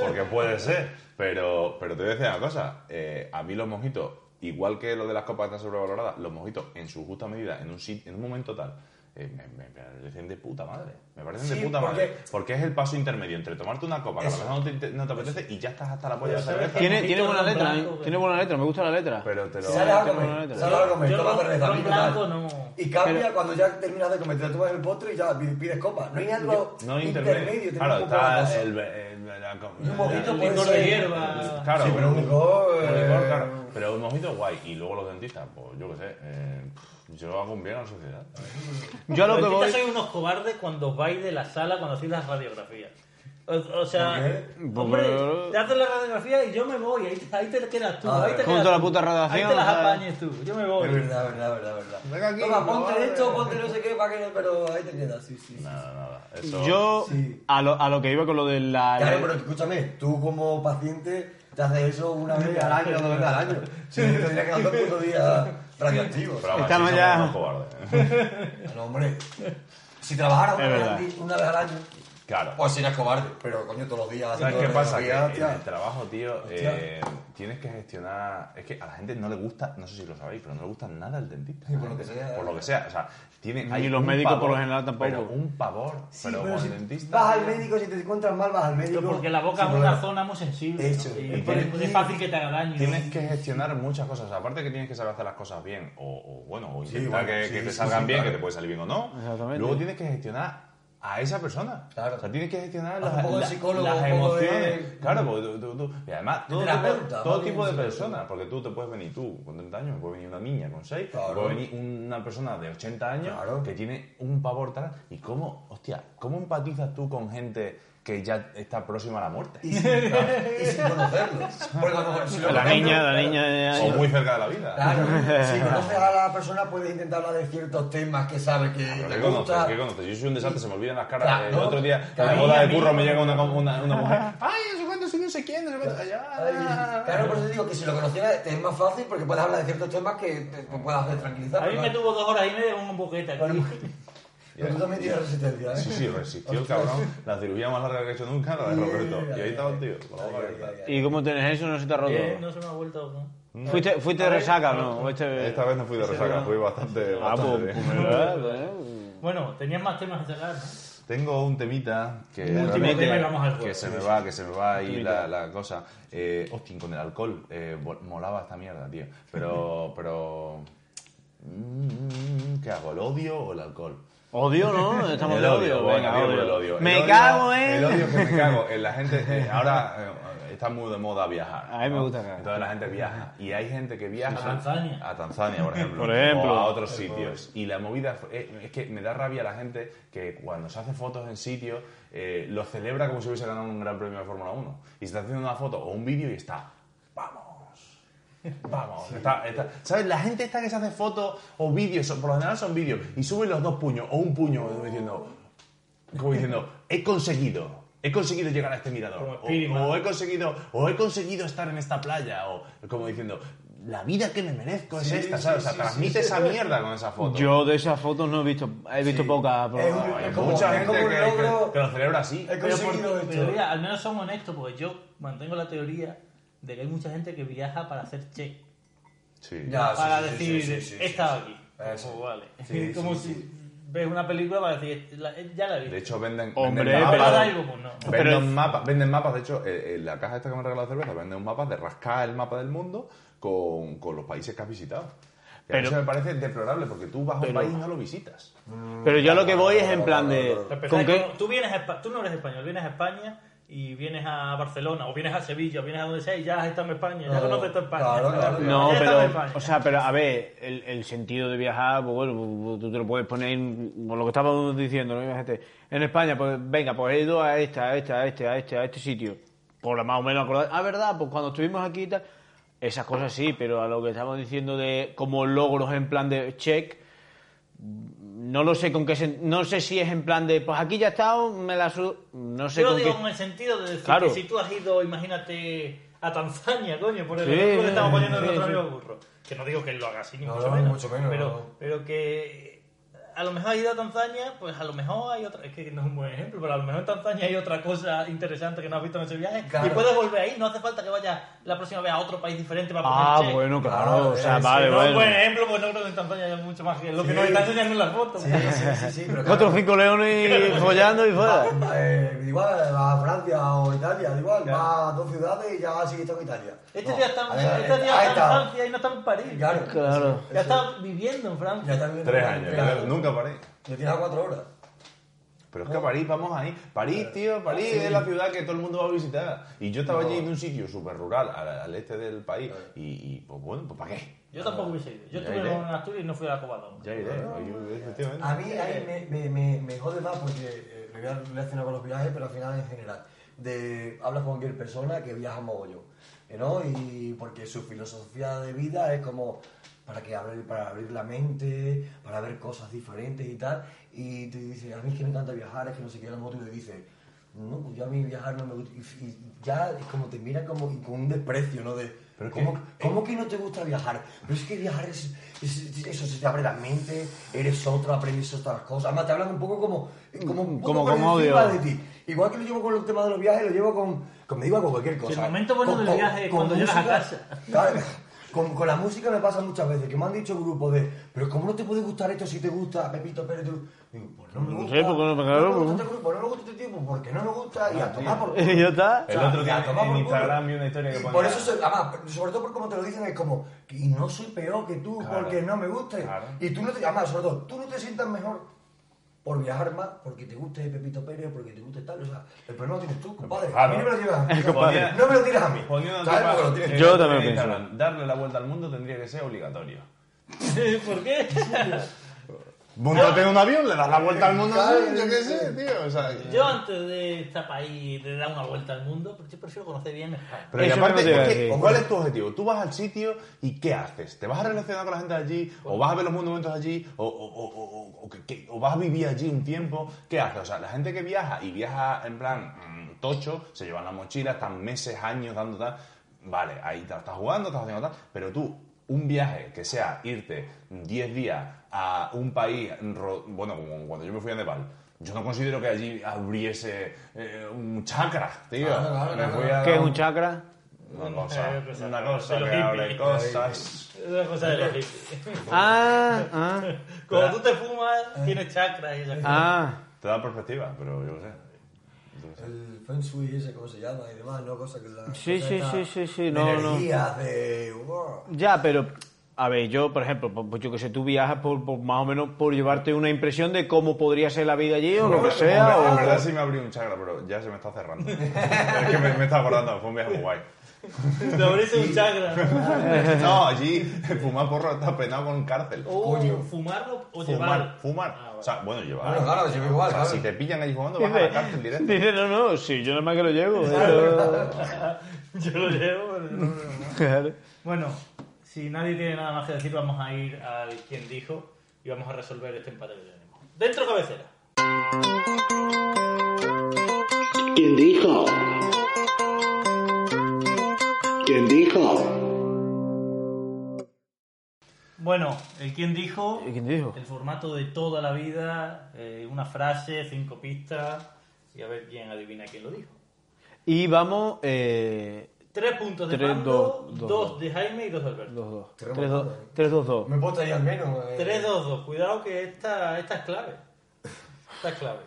Speaker 3: Porque puede ser. Pero, pero te voy a decir una cosa. eh, a mí los mojitos, igual que lo de las copas están sobrevaloradas, los mojitos en su justa medida, en un, sit- en un momento tal, eh, me, me- me parecen de puta madre. Me parecen de
Speaker 4: Sí,
Speaker 3: puta
Speaker 4: porque-
Speaker 3: madre. Porque es el paso intermedio entre tomarte una copa que a lo mejor no te, inte- no te apetece y ya estás hasta la polla de la
Speaker 2: Pero ¿sabes
Speaker 3: cerveza.
Speaker 1: Tiene, tiene buena
Speaker 2: Ron
Speaker 1: letra,
Speaker 2: blanco,
Speaker 1: ¿eh?
Speaker 2: que-
Speaker 1: tiene buena letra, me gusta la letra.
Speaker 3: Pero te lo...
Speaker 4: Sale a
Speaker 1: Tengo
Speaker 4: comer,
Speaker 1: una
Speaker 4: sale a comer,
Speaker 2: Yo
Speaker 4: toma
Speaker 2: no-
Speaker 4: cerveza,
Speaker 2: ron
Speaker 4: vino, tal.
Speaker 2: blanco no.
Speaker 4: Y cambia cuando ya terminas de comer, te tomas el postre y ya pi- pides copa. No hay algo
Speaker 3: No hay
Speaker 4: intermedio
Speaker 3: intermedio.
Speaker 4: te
Speaker 3: Claro,
Speaker 4: pones un poco la
Speaker 3: está
Speaker 4: cosa.
Speaker 3: el... el- la-
Speaker 4: Y un mojito
Speaker 2: El
Speaker 4: puede
Speaker 2: licor
Speaker 4: ser-
Speaker 2: de hierba.
Speaker 3: Claro,
Speaker 4: Sí, pero un licor,
Speaker 3: un licor,
Speaker 4: eh,
Speaker 3: claro. Pero un mojito guay. Y luego los dentistas, pues yo qué sé. eh, yo hago un bien a la sociedad.
Speaker 1: Yo a lo
Speaker 2: los
Speaker 1: que voy...
Speaker 2: dentistas sois unos cobardes cuando vais de la sala cuando hacéis las radiografías. O, o sea,
Speaker 4: ¿Por
Speaker 1: qué?
Speaker 2: hombre,
Speaker 1: Porque-
Speaker 2: te haces la radiografía y yo me voy, ahí, te- ahí te quedas tú,
Speaker 4: Ah,
Speaker 2: ahí te
Speaker 1: con
Speaker 2: quedas
Speaker 1: toda la
Speaker 2: tú.
Speaker 1: puta radiación,
Speaker 2: Ahí te las
Speaker 1: ¿sabes?
Speaker 2: apañes tú, yo me
Speaker 4: Es
Speaker 2: voy.
Speaker 4: verdad, verdad, verdad, verdad.
Speaker 3: Venga aquí,
Speaker 4: Toma,
Speaker 3: por
Speaker 4: ponte
Speaker 3: favor.
Speaker 4: esto, ponte no sé qué, para que... Pero ahí te quedas, sí, sí. sí.
Speaker 3: Nada, nada. Eso,
Speaker 1: Yo,
Speaker 4: Sí.
Speaker 1: a, lo, a lo que iba con lo de la...
Speaker 4: Claro, pero escúchame, tú como paciente te haces eso una vez al año, dos veces al año. Sí, tendrías que hacer putos días radioactivos.
Speaker 3: Pero aún así
Speaker 1: Estamos
Speaker 3: somos
Speaker 1: ya-
Speaker 3: unos cobardes. ¿eh?
Speaker 4: No, hombre, si trabajaras una,
Speaker 1: Es
Speaker 4: vez
Speaker 1: verdad.
Speaker 4: al di- una vez al año,
Speaker 3: Claro.
Speaker 4: pues serías cobarde. Pero coño, todos los días.
Speaker 3: ¿Sabes
Speaker 4: haciendo
Speaker 3: qué pasa? Que
Speaker 4: radiografía,
Speaker 3: en
Speaker 4: hostia.
Speaker 3: el trabajo, tío, eh, tienes que gestionar. Es que a la gente no le gusta, no sé si lo sabéis, pero no le gusta nada el dentista.
Speaker 4: Sí, por lo que sea. eh.
Speaker 3: Por lo que sea. O sea, tiene. hay
Speaker 1: Y los
Speaker 3: un
Speaker 1: médicos, por lo general, tampoco.
Speaker 3: Pero un pavor.
Speaker 4: Sí,
Speaker 3: pero,
Speaker 4: pero
Speaker 3: con
Speaker 4: si
Speaker 3: el dentista.
Speaker 4: vas al médico, si te encuentras mal, vas al médico.
Speaker 2: Porque la boca
Speaker 4: sin
Speaker 2: es una
Speaker 4: problema.
Speaker 2: zona muy sensible. ¿no?
Speaker 4: Eso,
Speaker 2: Y
Speaker 4: y
Speaker 2: por
Speaker 4: tienes-
Speaker 2: eso es fácil que te haga daño.
Speaker 3: Tienes que gestionar muchas cosas. O sea, aparte que tienes que saber hacer las cosas bien, o, o, bueno, o intentar
Speaker 4: bueno,
Speaker 3: que,
Speaker 4: sí,
Speaker 3: que te
Speaker 4: sí,
Speaker 3: salgan
Speaker 4: sí,
Speaker 3: bien,
Speaker 4: claro.
Speaker 3: que te puede salir bien o no.
Speaker 1: Exactamente.
Speaker 3: Luego tienes que gestionar a esa persona.
Speaker 4: Claro.
Speaker 3: O sea, tienes que gestionar
Speaker 4: Haz
Speaker 3: las,
Speaker 4: un poco de
Speaker 3: las-
Speaker 4: psicólogo,
Speaker 3: las
Speaker 4: un poco de-
Speaker 3: emociones. Claro, porque tú, tú- tú- Y además, todo,
Speaker 4: terapeuta,
Speaker 3: tipo, todo
Speaker 4: más
Speaker 3: tipo de
Speaker 4: bien, sí,
Speaker 3: personas. Porque tú te puedes venir tú con 30 años, puede venir una niña con 6,
Speaker 4: Claro.
Speaker 3: puede venir una persona de 80 años
Speaker 4: Claro.
Speaker 3: que tiene un pavor tal. ¿Y cómo, hostia, cómo empatizas tú con gente que ya está próxima a la muerte?
Speaker 4: Y sin, y sin conocerlo. Porque a lo mejor si lo
Speaker 1: La
Speaker 4: conoces,
Speaker 1: niña, la
Speaker 4: claro.
Speaker 1: niña... de-
Speaker 3: O muy cerca de la vida.
Speaker 4: Claro, si conoces a la persona puedes intentar hablar de ciertos temas que sabes que
Speaker 3: Pero
Speaker 4: te
Speaker 3: ¿Qué conoces?
Speaker 4: gusta.
Speaker 3: ¿Qué conoces? Yo soy un desastre, se me olvidan las caras.
Speaker 4: Claro,
Speaker 3: Eh,
Speaker 4: ¿no?
Speaker 3: El otro día, en
Speaker 4: Claro,
Speaker 3: la
Speaker 4: a
Speaker 3: boda
Speaker 4: mí,
Speaker 3: de
Speaker 4: a mí
Speaker 3: curro,
Speaker 4: no
Speaker 3: me
Speaker 4: me
Speaker 3: llega una, una, una mujer. ¡Ay, no sé cuánto, soy no sé quién! No sé cuánto.
Speaker 4: Ay,
Speaker 3: Allá.
Speaker 4: Claro, por eso digo que si lo conocieras te es más fácil porque puedes hablar de ciertos temas que te, te puedas hacer tranquilizar.
Speaker 2: A mí me tuvo dos horas y media con un boquete aquí.
Speaker 4: Bueno, Pero tú también tienes resistencia, ¿eh?
Speaker 3: Sí, sí, resistió el cabrón. La cirugía más larga que he hecho nunca, la de
Speaker 4: Ay,
Speaker 3: Roberto.
Speaker 4: ay,
Speaker 3: Y ahí estaba el
Speaker 4: ay.
Speaker 3: tío, con la boca
Speaker 4: Ay,
Speaker 3: abierta.
Speaker 4: ay, ay, ay.
Speaker 1: ¿Y cómo tienes eso? ¿No se te ha roto?
Speaker 2: Eh, no se me ha vuelto. ¿no?
Speaker 1: ¿Fuiste, fuiste de resaca o no? ¿O este-
Speaker 3: Mm. Esta vez no fui de resaca, fui bastante,
Speaker 1: Ah,
Speaker 3: bastante
Speaker 1: pues,
Speaker 3: bien.
Speaker 1: pues, ¿verdad? ¿eh?
Speaker 2: Bueno, tenías más temas que sacar. ¿no?
Speaker 3: Tengo un temita que,
Speaker 2: último
Speaker 3: realmente-
Speaker 2: tema y vamos al
Speaker 3: que
Speaker 2: juego.
Speaker 3: se me va, que se me va ahí
Speaker 1: Temita.
Speaker 3: la, la cosa. Eh, hostia, con el alcohol eh, vol- molaba esta mierda, tío. Pero, pero, mm, ¿qué hago? ¿El odio o el alcohol?
Speaker 1: Odio, ¿no? Estamos
Speaker 3: el
Speaker 1: de odio.
Speaker 3: odio, bueno,
Speaker 1: Venga,
Speaker 3: tío, el odio.
Speaker 1: Me
Speaker 3: El odio-
Speaker 1: cago en...
Speaker 3: El odio que me cago. en La gente eh, ahora eh, está muy de moda viajar.
Speaker 1: A mí me gusta viajar.
Speaker 3: Entonces la gente viaja. Y hay gente que viaja
Speaker 2: A Tanzania.
Speaker 3: a Tanzania, por ejemplo.
Speaker 1: Por ejemplo.
Speaker 3: O a otros sitios. Y la movida fue- eh, es que me da rabia la gente que cuando se hace fotos en sitios eh, lo celebra como si hubiese ganado un gran premio de Fórmula 1. Y se está haciendo una foto o un vídeo y está. Vamos. Vamos, está- está- ¿sabes? La gente esta que se hace fotos o vídeos, son- por lo general son vídeos, y suben los dos puños o un puño como diciendo, como diciendo, he conseguido, he conseguido llegar a este
Speaker 2: Como
Speaker 3: mirador, o,
Speaker 2: Spiderman.
Speaker 3: o he conseguido, o he conseguido estar en esta playa, o como diciendo, la vida que me merezco es esta, ¿sabes? O sea, transmite esa mierda con esa foto.
Speaker 1: Yo de esas fotos no he visto... He visto pocas. pero-
Speaker 4: Es un-
Speaker 3: No, hay
Speaker 4: es como-
Speaker 3: mucha
Speaker 4: es
Speaker 3: gente
Speaker 4: como un
Speaker 3: que, que-
Speaker 4: logro.
Speaker 3: que lo celebra así.
Speaker 4: He
Speaker 2: Pero, por-
Speaker 4: conseguido
Speaker 2: pero,
Speaker 4: esto.
Speaker 2: mira, al menos son honestos, porque yo mantengo la teoría de que hay mucha gente que viaja para hacer check.
Speaker 3: Sí.
Speaker 4: Ya, sí,
Speaker 2: para
Speaker 4: Ah, sí, sí,
Speaker 2: decir,
Speaker 4: sí, sí, sí,
Speaker 2: he estado
Speaker 4: sí.
Speaker 2: aquí.
Speaker 4: Eso.
Speaker 2: Como, vale.
Speaker 4: Sí,
Speaker 2: como
Speaker 4: sí,
Speaker 2: si
Speaker 4: sí.
Speaker 2: ves una película para decir, "Este, la- eh, ya la vi.
Speaker 3: De hecho, venden.
Speaker 1: Hombre,
Speaker 3: venden
Speaker 1: pero-
Speaker 3: mapas.
Speaker 2: Para algo, pues no.
Speaker 3: Venden
Speaker 1: Pero-
Speaker 3: mapas, venden mapas, de hecho, eh, en la caja esta que me han regalado de cerveza, venden un mapa de rascar el mapa del mundo con, con los países que has visitado. Y a mí
Speaker 1: Pero-
Speaker 3: eso me parece deplorable, porque tú vas a un
Speaker 1: Pero-
Speaker 3: país y no lo visitas.
Speaker 1: Pero yo lo que voy es en plan de.
Speaker 2: Para empezar,
Speaker 1: ¿Con qué?
Speaker 2: como Tú, vienes a Espa- tú no eres español, vienes a España y vienes a Barcelona o vienes a Sevilla o vienes a donde sea y ya has estado en España, ya
Speaker 4: Claro,
Speaker 2: conoces toda España.
Speaker 4: claro, claro, claro.
Speaker 1: No,
Speaker 2: Ya has estado en
Speaker 1: pero,
Speaker 2: España.
Speaker 1: o sea, pero a ver, el, el sentido de viajar, pues bueno, pues, pues, tú te lo puedes poner, por lo que estábamos diciendo, ¿no? Imagínate, en España, pues venga, pues he ido a este, a este, a este, a este, a este sitio, por más o menos acordar. Ah, verdad, pues cuando estuvimos aquí y tal, esas cosas sí, pero a lo que estábamos diciendo de como logros en plan de check, no lo sé con qué, sen- no sé si es en plan de, pues aquí ya he estado, me la su, no sé
Speaker 2: Yo lo
Speaker 1: con
Speaker 2: digo
Speaker 1: qué.
Speaker 2: en el sentido de decir
Speaker 1: Claro.
Speaker 2: que si tú has ido, imagínate, a Tanzania, coño, por el
Speaker 1: Sí,
Speaker 2: ejemplo
Speaker 1: sí,
Speaker 2: que estamos poniendo
Speaker 1: sí,
Speaker 2: el otro
Speaker 1: sí.
Speaker 2: amigo burro. Que no digo que lo haga así, ni
Speaker 4: No,
Speaker 2: mucho,
Speaker 4: no,
Speaker 2: menos,
Speaker 4: mucho menos,
Speaker 2: Pero,
Speaker 4: no.
Speaker 2: pero que a lo mejor has ido a Tanzania, pues a lo mejor hay otra... Es que no es un buen ejemplo, pero a lo mejor en Tanzania hay otra cosa interesante que no has visto en ese viaje. Y
Speaker 4: Claro.
Speaker 2: puedes volver ahí, no hace falta que vayas la próxima vez a otro país diferente para poner
Speaker 1: Ah,
Speaker 2: check.
Speaker 1: bueno, claro,
Speaker 4: Claro,
Speaker 1: o sea,
Speaker 4: eh, sí,
Speaker 1: vale,
Speaker 2: no es un buen
Speaker 1: bueno.
Speaker 2: ejemplo, porque no creo que en Tanzania haya mucho más que lo que
Speaker 4: Sí.
Speaker 2: nos está enseñando en las fotos.
Speaker 4: Sí, sí, sí, sí, pero
Speaker 1: Cuatro o
Speaker 4: claro,
Speaker 1: cinco leones y follando y fuera.
Speaker 4: eh, igual va a Francia o Italia, igual va a dos ciudades y ya sigue estando en Italia.
Speaker 2: Este
Speaker 4: No,
Speaker 2: día está,
Speaker 4: a ver,
Speaker 2: este día está
Speaker 4: ahí
Speaker 2: en
Speaker 4: está.
Speaker 2: Francia y no está en París.
Speaker 4: Claro,
Speaker 1: Claro.
Speaker 2: Ya
Speaker 4: eso-
Speaker 2: está viviendo en
Speaker 4: ya
Speaker 2: Francia.
Speaker 4: está bien.
Speaker 3: Tres años,
Speaker 4: Claro.
Speaker 3: nunca paré.
Speaker 4: Te tiras cuatro horas.
Speaker 3: Pero es que a París vamos ahí. París, tío, París es la ciudad que todo el mundo va a visitar. Y yo estaba allí en un sitio súper rural, al, al este del país. Y, y, pues bueno, pues ¿para qué?
Speaker 2: Yo tampoco hubiese ido. Yo
Speaker 3: Ya
Speaker 2: estuve
Speaker 3: iré.
Speaker 2: en Asturias y no fui a la Covadonga.
Speaker 3: Ya iré,
Speaker 4: Ah.
Speaker 3: ¿no? Yo- efectivamente.
Speaker 4: A mí ahí me, me, me, me jode más porque eh, lo voy a relacionar con los viajes, pero al final en general. De, hablas con cualquier persona que viaja mogollón, eh, ¿no? Y porque su filosofía de vida es como para que abrir, para abrir la mente, para ver cosas diferentes y tal. Y te dice, a mí es que me encanta viajar, es que no sé qué, a lo mejor tú le dices, no, pues yo a mí viajar no me gusta. Y, y ya es como te mira como y con un desprecio, ¿no? De,
Speaker 3: Pero
Speaker 4: ¿cómo,
Speaker 3: que-
Speaker 4: ¿Cómo que no te gusta viajar? Pero es que viajar es, es- eso, se te abre la mente, eres otro, aprendes otras cosas. Además, te hablan un poco como... Como, un poco
Speaker 1: Como-
Speaker 4: por
Speaker 1: como
Speaker 4: encima
Speaker 1: odio.
Speaker 4: de ti. Igual que lo llevo con el tema de los viajes, lo llevo con... Como digo, con cualquier cosa.
Speaker 2: el momento bueno del viaje es cuando llegas a casa.
Speaker 4: Claro, con, con la música me pasa muchas veces, que me han dicho grupos de... Pero ¿cómo no te puede gustar esto si te gusta Pepito Pérez? Digo, pues no me
Speaker 1: No
Speaker 4: gusta.
Speaker 1: sé, porque no me-
Speaker 4: no me
Speaker 1: claro,
Speaker 4: gusta este grupo, no me gusta este tipo, porque no me gusta. Y a tomar por
Speaker 1: Y ya está.
Speaker 3: El otro día
Speaker 4: a tomar
Speaker 3: en
Speaker 4: por culo.
Speaker 3: Instagram vi una historia que
Speaker 4: Y
Speaker 3: ponía-
Speaker 4: Por eso, se- además, sobre todo por como te lo dicen, es como, y no soy peor que tú porque no me guste.
Speaker 3: claro.
Speaker 4: Y tú no te, además, sobre todo, tú no te sientas mejor por viajar más, porque te guste Pepito Pérez, porque te guste tal. O sea, el problema lo tienes tú, compadre.
Speaker 3: Claro.
Speaker 4: A mí no me lo tiras a mí.
Speaker 3: Compadre.
Speaker 4: No me lo tiras a mí.
Speaker 3: Poniendo
Speaker 4: ¿Sabes?
Speaker 3: tapa-
Speaker 4: Porque lo tienes
Speaker 3: en
Speaker 1: Yo
Speaker 3: Instagram,
Speaker 1: también lo pienso.
Speaker 3: Instagram, Darle la vuelta al mundo tendría que ser obligatorio.
Speaker 2: ¿Por qué?
Speaker 3: Búntate en un avión, le das la vuelta al mundo,
Speaker 4: Claro,
Speaker 3: así, yo qué sé, tío. O sea,
Speaker 2: Yo antes de estar ahí, de dar una vuelta al mundo, porque yo prefiero conocer bien España.
Speaker 3: Pero y
Speaker 1: Eso
Speaker 3: aparte,
Speaker 1: mismo te iba a
Speaker 3: es que,
Speaker 1: decir.
Speaker 3: ¿cuál es tu objetivo? Tú vas al sitio y ¿qué haces? ¿Te vas a relacionar con la gente de allí? ¿O vas a ver los monumentos allí? ¿O, o- o- o- o que- que- o vas a vivir allí un tiempo? ¿Qué haces? O sea, la gente que viaja y viaja en plan mm, tocho, se llevan la mochila, están meses, años dando tal. Vale, ahí te la estás jugando, estás haciendo tal. Pero tú, un viaje que sea irte 10 días a un país, ro- bueno, como cuando yo me fui a Nepal. Yo no considero que allí abriese eh, un chakra, tío.
Speaker 4: Claro, claro,
Speaker 3: Me
Speaker 4: claro.
Speaker 3: fui a
Speaker 1: ¿Qué es
Speaker 3: dar
Speaker 1: un chakra?
Speaker 3: una cosa,
Speaker 2: Eh, pues,
Speaker 3: una
Speaker 2: eh,
Speaker 3: cosa
Speaker 2: de los
Speaker 3: que abre
Speaker 2: hippies.
Speaker 3: cosas.
Speaker 2: Es una cosa de los hippies.
Speaker 1: Ah, ah,
Speaker 2: Cuando tú te fumas, tienes chakras y esas cosas.
Speaker 1: ah.
Speaker 3: Te da perspectiva, pero yo qué sé.
Speaker 4: El Feng Shui ese, ¿cómo se llama? Y demás, ¿no? Cosa que la,
Speaker 1: Sí,
Speaker 4: cosa
Speaker 1: sí,
Speaker 4: esta
Speaker 1: sí, sí, sí,
Speaker 4: de
Speaker 1: no, no.
Speaker 4: energía, de... wow.
Speaker 1: Ya, pero, a ver, yo, por ejemplo, pues pues yo que sé, tú viajas por, por más o menos por llevarte una impresión de cómo podría ser la vida allí o lo que sea.
Speaker 3: En
Speaker 1: o-
Speaker 3: verdad sí me abrió un chakra, pero ya se me está cerrando. es que me, me está acordando, fue un viaje muy guay.
Speaker 2: Te abrís un chakra.
Speaker 3: No, allí fumar porro está penado con cárcel.
Speaker 2: O
Speaker 4: Coño.
Speaker 2: fumarlo o
Speaker 3: Fumar,
Speaker 2: llevarlo.
Speaker 3: fumar.
Speaker 2: Ah, vale.
Speaker 3: O sea, bueno, llevar.
Speaker 4: Bueno, claro, yo igual,
Speaker 3: o sea,
Speaker 4: claro.
Speaker 3: si te pillan ahí jugando, vas a la cárcel
Speaker 1: Dice,
Speaker 3: directo.
Speaker 1: dice, no, no, sí, yo nada más que lo llevo.
Speaker 2: Yo lo llevo, pero no, no, no.
Speaker 1: Claro.
Speaker 2: Bueno, si nadie tiene nada más que decir, vamos a ir al quien dijo y vamos a resolver este empate que tenemos. Dentro cabecera.
Speaker 5: ¿Quién dijo? ¿Quién dijo?
Speaker 2: Bueno, el quien dijo,
Speaker 1: ¿Y quién dijo?
Speaker 2: el formato de toda la vida, eh, una frase, cinco pistas y a ver quién adivina quién lo dijo.
Speaker 1: Y vamos, eh,
Speaker 2: Tres puntos de
Speaker 1: Tres,
Speaker 2: Pando,
Speaker 1: dos, dos,
Speaker 2: dos
Speaker 1: dos.
Speaker 2: de Jaime y dos de Alberto.
Speaker 1: 2-2.
Speaker 4: Tres,
Speaker 1: 3-2.
Speaker 4: dos.
Speaker 1: 3-2-2.
Speaker 4: Me puedo traer al menos. eh.
Speaker 2: 3, 2, 2. Cuidado que esta, esta es clave. Esta es clave.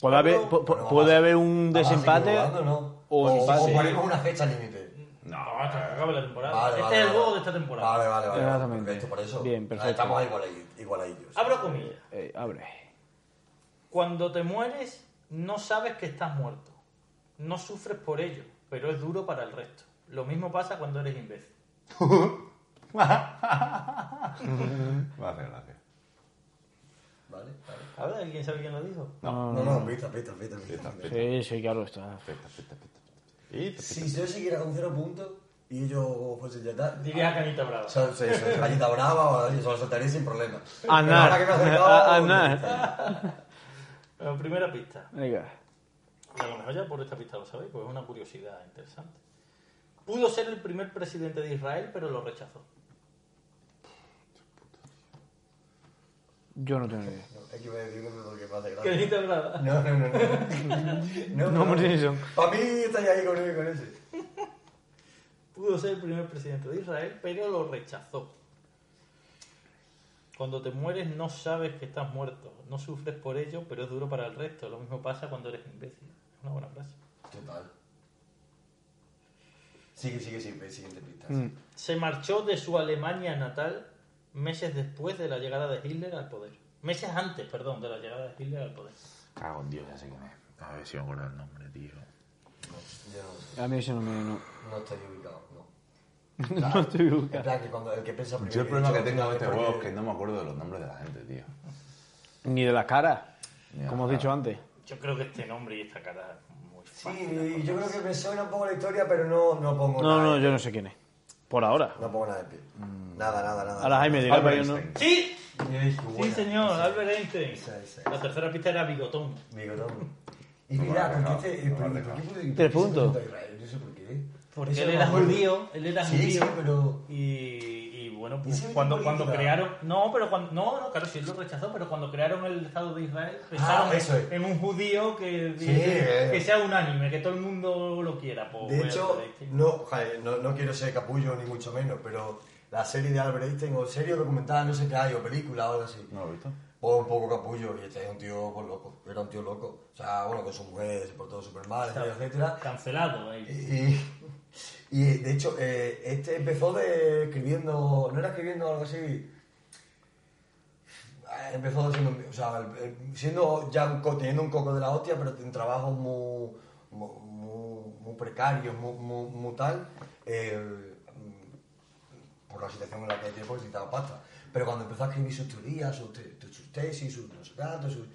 Speaker 1: Puede haber,
Speaker 2: Pero-
Speaker 1: pu- pu-
Speaker 4: Pero
Speaker 1: puede
Speaker 4: va-
Speaker 1: haber un
Speaker 4: va a seguir
Speaker 1: desempate.
Speaker 4: jugando, ¿no?
Speaker 1: o empate.
Speaker 4: O ponemos una fecha límite.
Speaker 2: No, hasta que acabe la temporada.
Speaker 4: Vale,
Speaker 2: este
Speaker 4: vale,
Speaker 2: es el
Speaker 4: vale.
Speaker 2: juego de esta temporada.
Speaker 4: Vale, vale, vale.
Speaker 1: Exactamente.
Speaker 4: Perfecto, por eso.
Speaker 1: Bien, perfecto.
Speaker 4: Estamos igual- igualadillos.
Speaker 2: Abro comillas.
Speaker 1: Eh, abre.
Speaker 2: Cuando te mueres, no sabes que estás muerto. No sufres por ello, pero es duro para el resto. Lo mismo pasa cuando eres imbécil.
Speaker 3: Me hace gracia.
Speaker 4: Vale, vale.
Speaker 2: A ver, ¿alguien sabe quién lo dijo?
Speaker 4: No, no, pista, pista, pista. pista.
Speaker 1: Sí, sí, claro, está.
Speaker 3: Peta, peta, peta, peta. Y te-
Speaker 4: Si yo siguiera con cero puntos y yo fuese ya tal.
Speaker 2: Dirías a Canita Brava.
Speaker 4: O sea, sí, sí, galleta brava, o- se lo saltaría sin problema. Pero
Speaker 1: Anar.
Speaker 4: ahora que eh, me he acercado-
Speaker 1: Anar.
Speaker 2: La primera pista.
Speaker 1: Venga.
Speaker 2: A lo mejor ya por esta pista lo sabéis, pues es una curiosidad interesante. Pudo ser el primer presidente de Israel, pero lo rechazó.
Speaker 1: Yo no tengo ni idea.
Speaker 4: Es que iba a decir un nombre porque me hace gracia.
Speaker 2: Canita Brava.
Speaker 4: No, no, no. No,
Speaker 1: No, hombre, eso.
Speaker 4: Para mí estáis ahí con, con ese.
Speaker 2: Pudo ser el primer presidente de Israel, pero lo rechazó. Cuando te mueres no sabes que estás muerto. No sufres por ello, pero es duro para el resto. Lo mismo pasa cuando eres imbécil. Es una buena frase.
Speaker 4: Total. Sigue, sigue, sigue. Siguiente pista.
Speaker 1: Mm.
Speaker 2: Se marchó de su Alemania natal meses después de la llegada de Hitler al poder. Meses antes, perdón, de la llegada de Hitler al poder.
Speaker 3: Cago en Dios, ya sé quién es. A ver si me acuerdo el nombre, tío.
Speaker 4: Yo no,
Speaker 1: A mí eso no me. No,
Speaker 4: no estoy ubicado, no.
Speaker 1: no estoy
Speaker 4: En
Speaker 1: buscando.
Speaker 4: plan, que cuando el que piensa primero.
Speaker 3: Yo el problema que tengo con este
Speaker 4: porque-
Speaker 3: juego es que no me acuerdo de los nombres de la gente, tío.
Speaker 1: Ni de las caras.
Speaker 3: Ni de
Speaker 1: Como
Speaker 3: las
Speaker 1: has dicho
Speaker 3: caras.
Speaker 1: antes.
Speaker 2: Yo creo que este nombre y esta cara es muy fácil.
Speaker 4: Sí, yo creo que me suena un poco la historia, pero no, no pongo
Speaker 1: No,
Speaker 4: nada.
Speaker 1: no, yo no sé quién es. Por ahora.
Speaker 4: No pongo nada de pie. Nada, nada, nada.
Speaker 1: Ahora Jaime dirá,
Speaker 3: Albert
Speaker 1: pero yo no.
Speaker 3: Einstein.
Speaker 2: ¡Sí!
Speaker 4: Yo dije,
Speaker 2: Sí,
Speaker 4: buena.
Speaker 2: señor, Albert Einstein.
Speaker 4: Esa, esa, esa.
Speaker 2: La tercera pista era Bigotón.
Speaker 4: Digo, no. Y mira,
Speaker 3: No, no,
Speaker 4: ¿por qué este-
Speaker 3: no,
Speaker 4: por-
Speaker 3: no,
Speaker 4: por qué
Speaker 3: no.
Speaker 1: Tres
Speaker 4: pude- por qué se
Speaker 1: puntos.
Speaker 4: puso Israel? No sé por qué.
Speaker 2: Porque
Speaker 4: Eso
Speaker 2: él
Speaker 4: no
Speaker 2: era
Speaker 4: me acuerdo.
Speaker 2: judío, él era
Speaker 4: Sí,
Speaker 2: judío.
Speaker 4: sí, pero-
Speaker 2: Y, y bueno,
Speaker 4: ¿Y
Speaker 2: pues
Speaker 4: si es
Speaker 2: cuando, cuando
Speaker 4: política?
Speaker 2: crearon. No, pero cuando. No, no, claro, sí él lo rechazó, pero cuando crearon el Estado de Israel, pensaron
Speaker 4: Ah, eso es.
Speaker 2: en un judío que,
Speaker 4: Sí,
Speaker 2: que,
Speaker 4: eh.
Speaker 2: que sea unánime, que todo el mundo lo quiera. Pues,
Speaker 4: De
Speaker 2: voy a
Speaker 4: hecho,
Speaker 2: Albert Einstein.
Speaker 4: no, joder, no, no quiero ser capullo ni mucho menos, pero la serie de Albert Einstein, o serie documental, no sé qué hay, o película o algo así,
Speaker 3: ¿No lo he visto?
Speaker 4: o un poco capullo, y este es un tío pues, loco, era un tío loco. O sea, bueno, con su mujer, se portó súper mal, etcétera, etcétera.
Speaker 2: cancelado. eh. ahí.
Speaker 4: Y, y, de hecho, eh, este empezó de escribiendo, no era escribiendo algo así. Ah, Empezó siendo, o sea, el- el- siendo ya un co- teniendo un coco de la hostia, pero en trabajos muy, muy, muy- muy precarios, muy, muy- muy tal, eh, por la situación en la que tiene, pues necesitaba pasta. Pero cuando empezó a escribir sus teorías, sus, te- sus tesis, sus no sé cuánto, sus-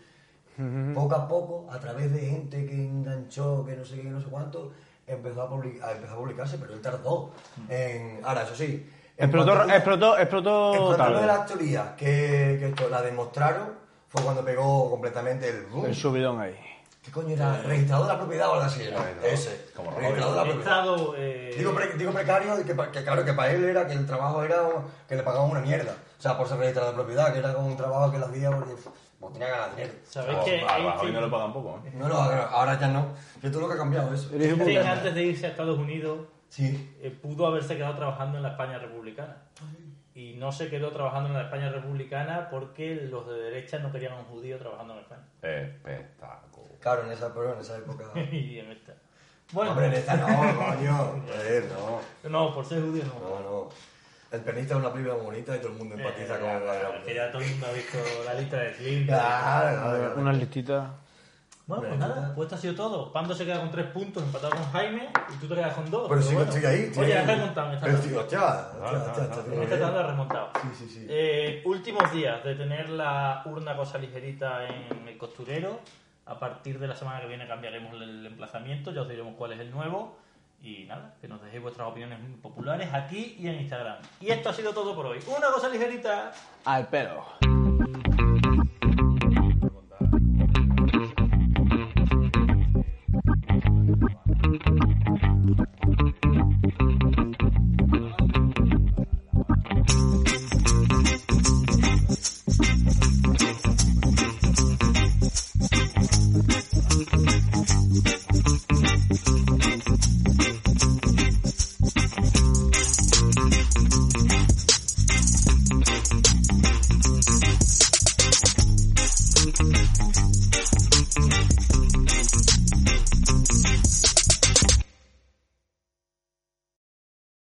Speaker 4: poco a poco, a través de gente que enganchó, que no sé qué, que no sé cuánto, empezó a, public- a- empezó a publicarse, pero él tardó. En, ahora, eso sí. en
Speaker 1: Explotó,
Speaker 4: cuanto-
Speaker 1: explotó, explotó
Speaker 4: Explotando de
Speaker 1: tarde.
Speaker 4: las teorías que, que esto- la demostraron fue cuando pegó completamente el boom.
Speaker 1: El subidón ahí.
Speaker 4: ¿Qué coño era? Registrador de la propiedad o algo así. era.
Speaker 3: Registrador.
Speaker 4: Ese.
Speaker 3: Como
Speaker 4: Registrador de la propiedad.
Speaker 2: Estado. eh,
Speaker 4: Digo, pre- digo precario y que, pa- que claro que para él era que el trabajo era que le pagaban una mierda. O sea, por ser registrador de propiedad, que era como un trabajo que lo hacía porque pf, no tenía ganas de dinero.
Speaker 2: ¿Sabéis
Speaker 3: Oh,
Speaker 2: que
Speaker 3: a- a- a mí
Speaker 2: Einstein-
Speaker 3: no lo pagan poco, ¿eh?
Speaker 4: No, no, ahora ahora ya no. Yo todo lo que ha cambiado eso.
Speaker 1: Eres un
Speaker 2: Einstein, antes de irse a Estados Unidos,
Speaker 4: Sí.
Speaker 2: eh, pudo haberse quedado trabajando en la España republicana. Y no se quedó trabajando en la España republicana porque los de derecha no querían a un judío trabajando en España.
Speaker 3: Espectáculo.
Speaker 4: Claro, en esa, pero en esa época.
Speaker 2: y en esta. Bueno,
Speaker 4: Hombre, en esta no, coño. Joder, no.
Speaker 2: no, por ser judío no.
Speaker 4: No, no. El pianista es una película bonita y todo el mundo empatiza
Speaker 2: Eh,
Speaker 4: con
Speaker 2: claro, que ya todo el mundo ha visto la lista de Slim.
Speaker 4: Claro,
Speaker 1: A ver,
Speaker 4: claro.
Speaker 1: Unas listitas.
Speaker 2: Bueno, pues nada, pues esto ha sido todo. Pando se queda con tres puntos, empatado con Jaime, y tú te quedas con dos.
Speaker 4: Pero sí que
Speaker 2: bueno.
Speaker 4: estoy ahí, tío.
Speaker 2: Oye, has remontado en esta
Speaker 4: Pero
Speaker 2: tarde.
Speaker 4: estoy, hostia, hostia, hostia, eh. hostia,
Speaker 2: En esta
Speaker 4: hostia.
Speaker 2: tarde has remontado.
Speaker 4: Sí, sí, sí.
Speaker 2: Eh, últimos días de tener la urna cosa ligerita en el costurero. A partir de la semana que viene cambiaremos el, el emplazamiento, ya os diremos cuál es el nuevo. Y nada, que nos dejéis vuestras opiniones populares aquí y en Instagram. Y esto ha sido todo por hoy. Una cosa ligerita.
Speaker 1: Al pelo.